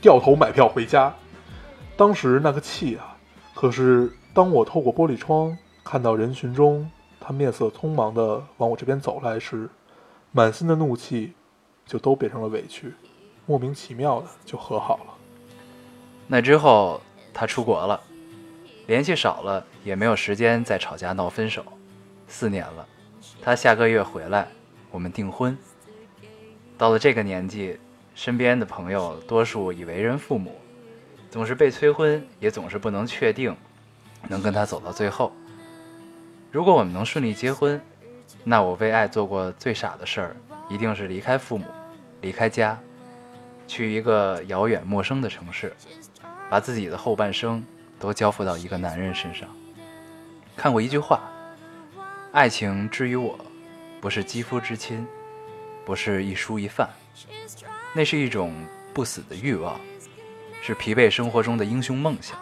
S2: 掉头买票回家。当时那个气啊！可是当我透过玻璃窗看到人群中他面色匆忙地往我这边走来时，满心的怒气就都变成了委屈，莫名其妙的就和好了。
S1: 那之后他出国了，联系少了，也没有时间再吵架闹分手。四年了，他下个月回来，我们订婚。到了这个年纪，身边的朋友多数已为人父母，总是被催婚，也总是不能确定能跟他走到最后。如果我们能顺利结婚，那我为爱做过最傻的事儿，一定是离开父母，离开家，去一个遥远陌生的城市。把自己的后半生都交付到一个男人身上。看过一句话：“爱情之于我，不是肌肤之亲，不是一蔬一饭，那是一种不死的欲望，是疲惫生活中的英雄梦想。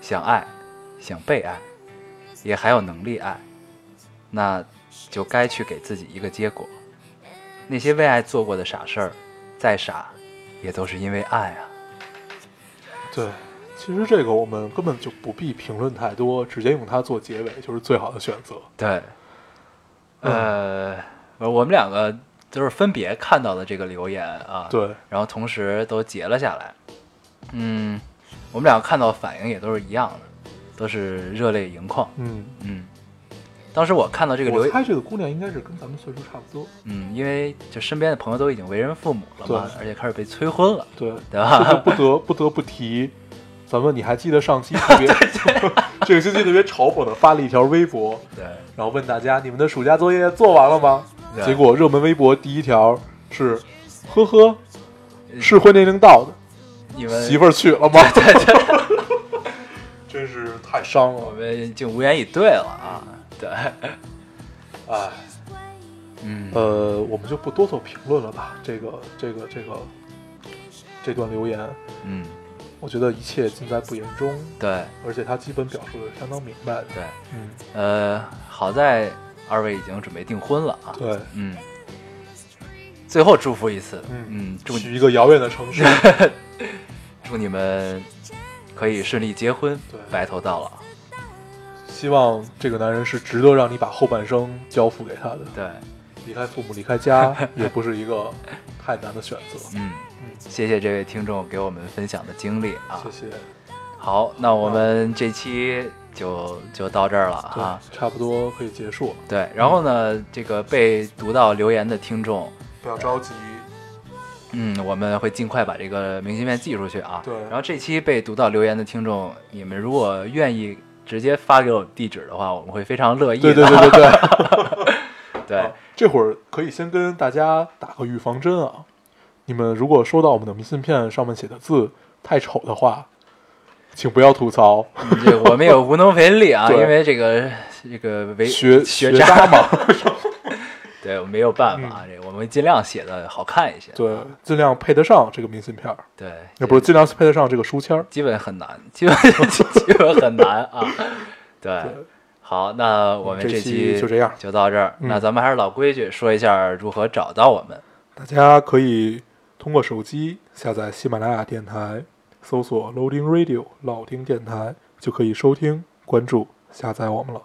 S1: 想爱，想被爱，也还有能力爱，那就该去给自己一个结果。那些为爱做过的傻事儿，再傻，也都是因为爱啊。”
S2: 对，其实这个我们根本就不必评论太多，直接用它做结尾就是最好的选择。
S1: 对，呃，我们两个就是分别看到的这个留言啊，，
S2: 对，
S1: 然后同时都截了下来。嗯，我们两个看到反应也都是一样的，都是热泪盈眶。
S2: 嗯，
S1: 嗯，当时我看到这个留
S2: 我
S1: 言，
S2: 猜这个姑娘应该是跟咱们岁数差不多。
S1: 嗯，因为就身边的朋友都已经为人父母了嘛，
S2: 对
S1: 而且开始被催婚了，
S2: 对，
S1: 对
S2: 这就
S1: 吧？
S2: 不得不得不提，咱们你还记得上期 特别这个星期特别嘲讽的发了一条微博，
S1: 对，
S2: 然后问大家你们的暑假作业做完了吗？
S1: 对
S2: 结果热门微博第一条是，呵呵，适婚年龄到的。
S1: 你们
S2: 媳妇儿娶了吗？ 真是太伤
S1: 我
S2: 了，
S1: 们已经无言以对了啊。 对，
S2: 哎，
S1: 嗯，
S2: 呃，我们就不多做评论了吧。这个，这个，这个，这段留言，
S1: 嗯，
S2: 我觉得一切尽在不言中，
S1: 对
S2: 而且他基本表述的相当明白的。
S1: 对。
S2: 嗯，
S1: 呃，好在二位已经准备订婚了啊。
S2: 对，
S1: 嗯，最后祝福一次，
S2: 嗯
S1: 嗯，祝
S2: 去一个遥远的城市，
S1: 祝你们可以顺利结婚
S2: 对，
S1: 白头到老。
S2: 希望这个男人是值得让你把后半生交付给他的。
S1: 对，
S2: 离开父母，离开家，也不是一个太难的选择。
S1: 嗯，谢谢这位听众给我们分享的经历啊
S2: 谢。谢。
S1: 好，那我们这期就就到这儿了
S2: 对
S1: 啊。，
S2: 差不多可以结束了。
S1: 对，然后呢，这个被读到留言的听众，
S2: 不要着急，
S1: 嗯，我们会尽快把这个明信片寄出去啊。
S2: 对
S1: 然后这期被读到留言的听众，你们如果愿意直接发给我们地址的话，我们会非常乐意的。
S2: 对对对对对。
S1: 对
S2: 这会儿可以先跟大家打个预防针啊！你们如果收到我们的明信片上面写的字太丑的话，请不要吐槽，
S1: 这我们也无能为力啊，
S2: 对
S1: 因为这个这个为
S2: 学
S1: 学
S2: 渣
S1: 嘛，
S2: 嘛，
S1: 对，没有办法，这个我们尽量写的好看一些。
S2: 对，尽量配得上这个明信片儿，
S1: 对，
S2: 也不是尽量配得上这个书签儿。
S1: 基本很难，基本 基本很难啊。对，好，那我们
S2: 这
S1: 期
S2: 期就这样
S1: 就到这儿。
S2: 嗯
S1: 那咱们还是老规矩，说一下如何找到我们。
S2: 大家可以通过手机下载喜马拉雅电台，搜索 Loading Radio 老丁电台，就可以收听、关注、下载我们了。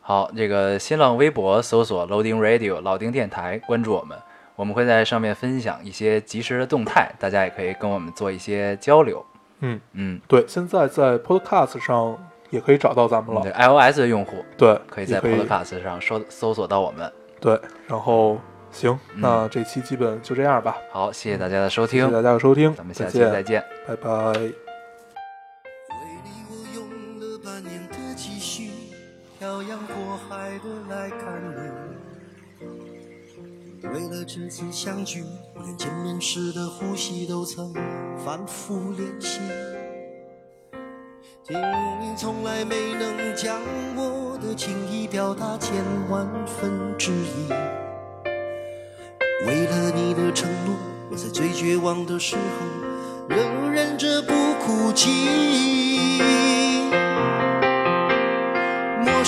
S1: 好，这个新浪微博搜索 Loading Radio 老丁电台，关注我们，我们会在上面分享一些及时的动态，大家也可以跟我们做一些交流。
S2: 嗯，
S1: 嗯，
S2: 对，现在在 Podcast 上也可以找到咱们了。
S1: 对 iOS 的用户
S2: 对，
S1: 嗯可以在
S2: 也
S1: Podcast 上搜搜索到我们。
S2: 对，然后行，
S1: 嗯
S2: 那这期基本就这样吧。
S1: 好，谢谢大家的收
S2: 谢
S1: 听
S2: 谢，大家的收听，
S1: 咱们下期
S2: 见，
S1: 再见。
S2: 拜拜。
S3: 为你我用了半年的积蓄，漂洋过海的来看你。为了这次相聚，连见面时的呼吸都曾反复练习。你从来没能将我的情意表达千万分之一。为了你的承诺，我在最绝望的时候仍忍着不哭泣。陌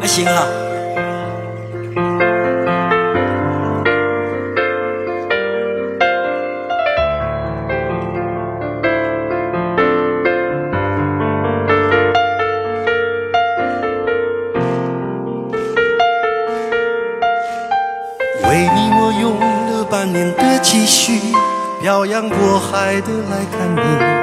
S3: 还行啊。为你我用了半年的积蓄，漂洋过海的来看你。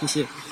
S3: 谢谢。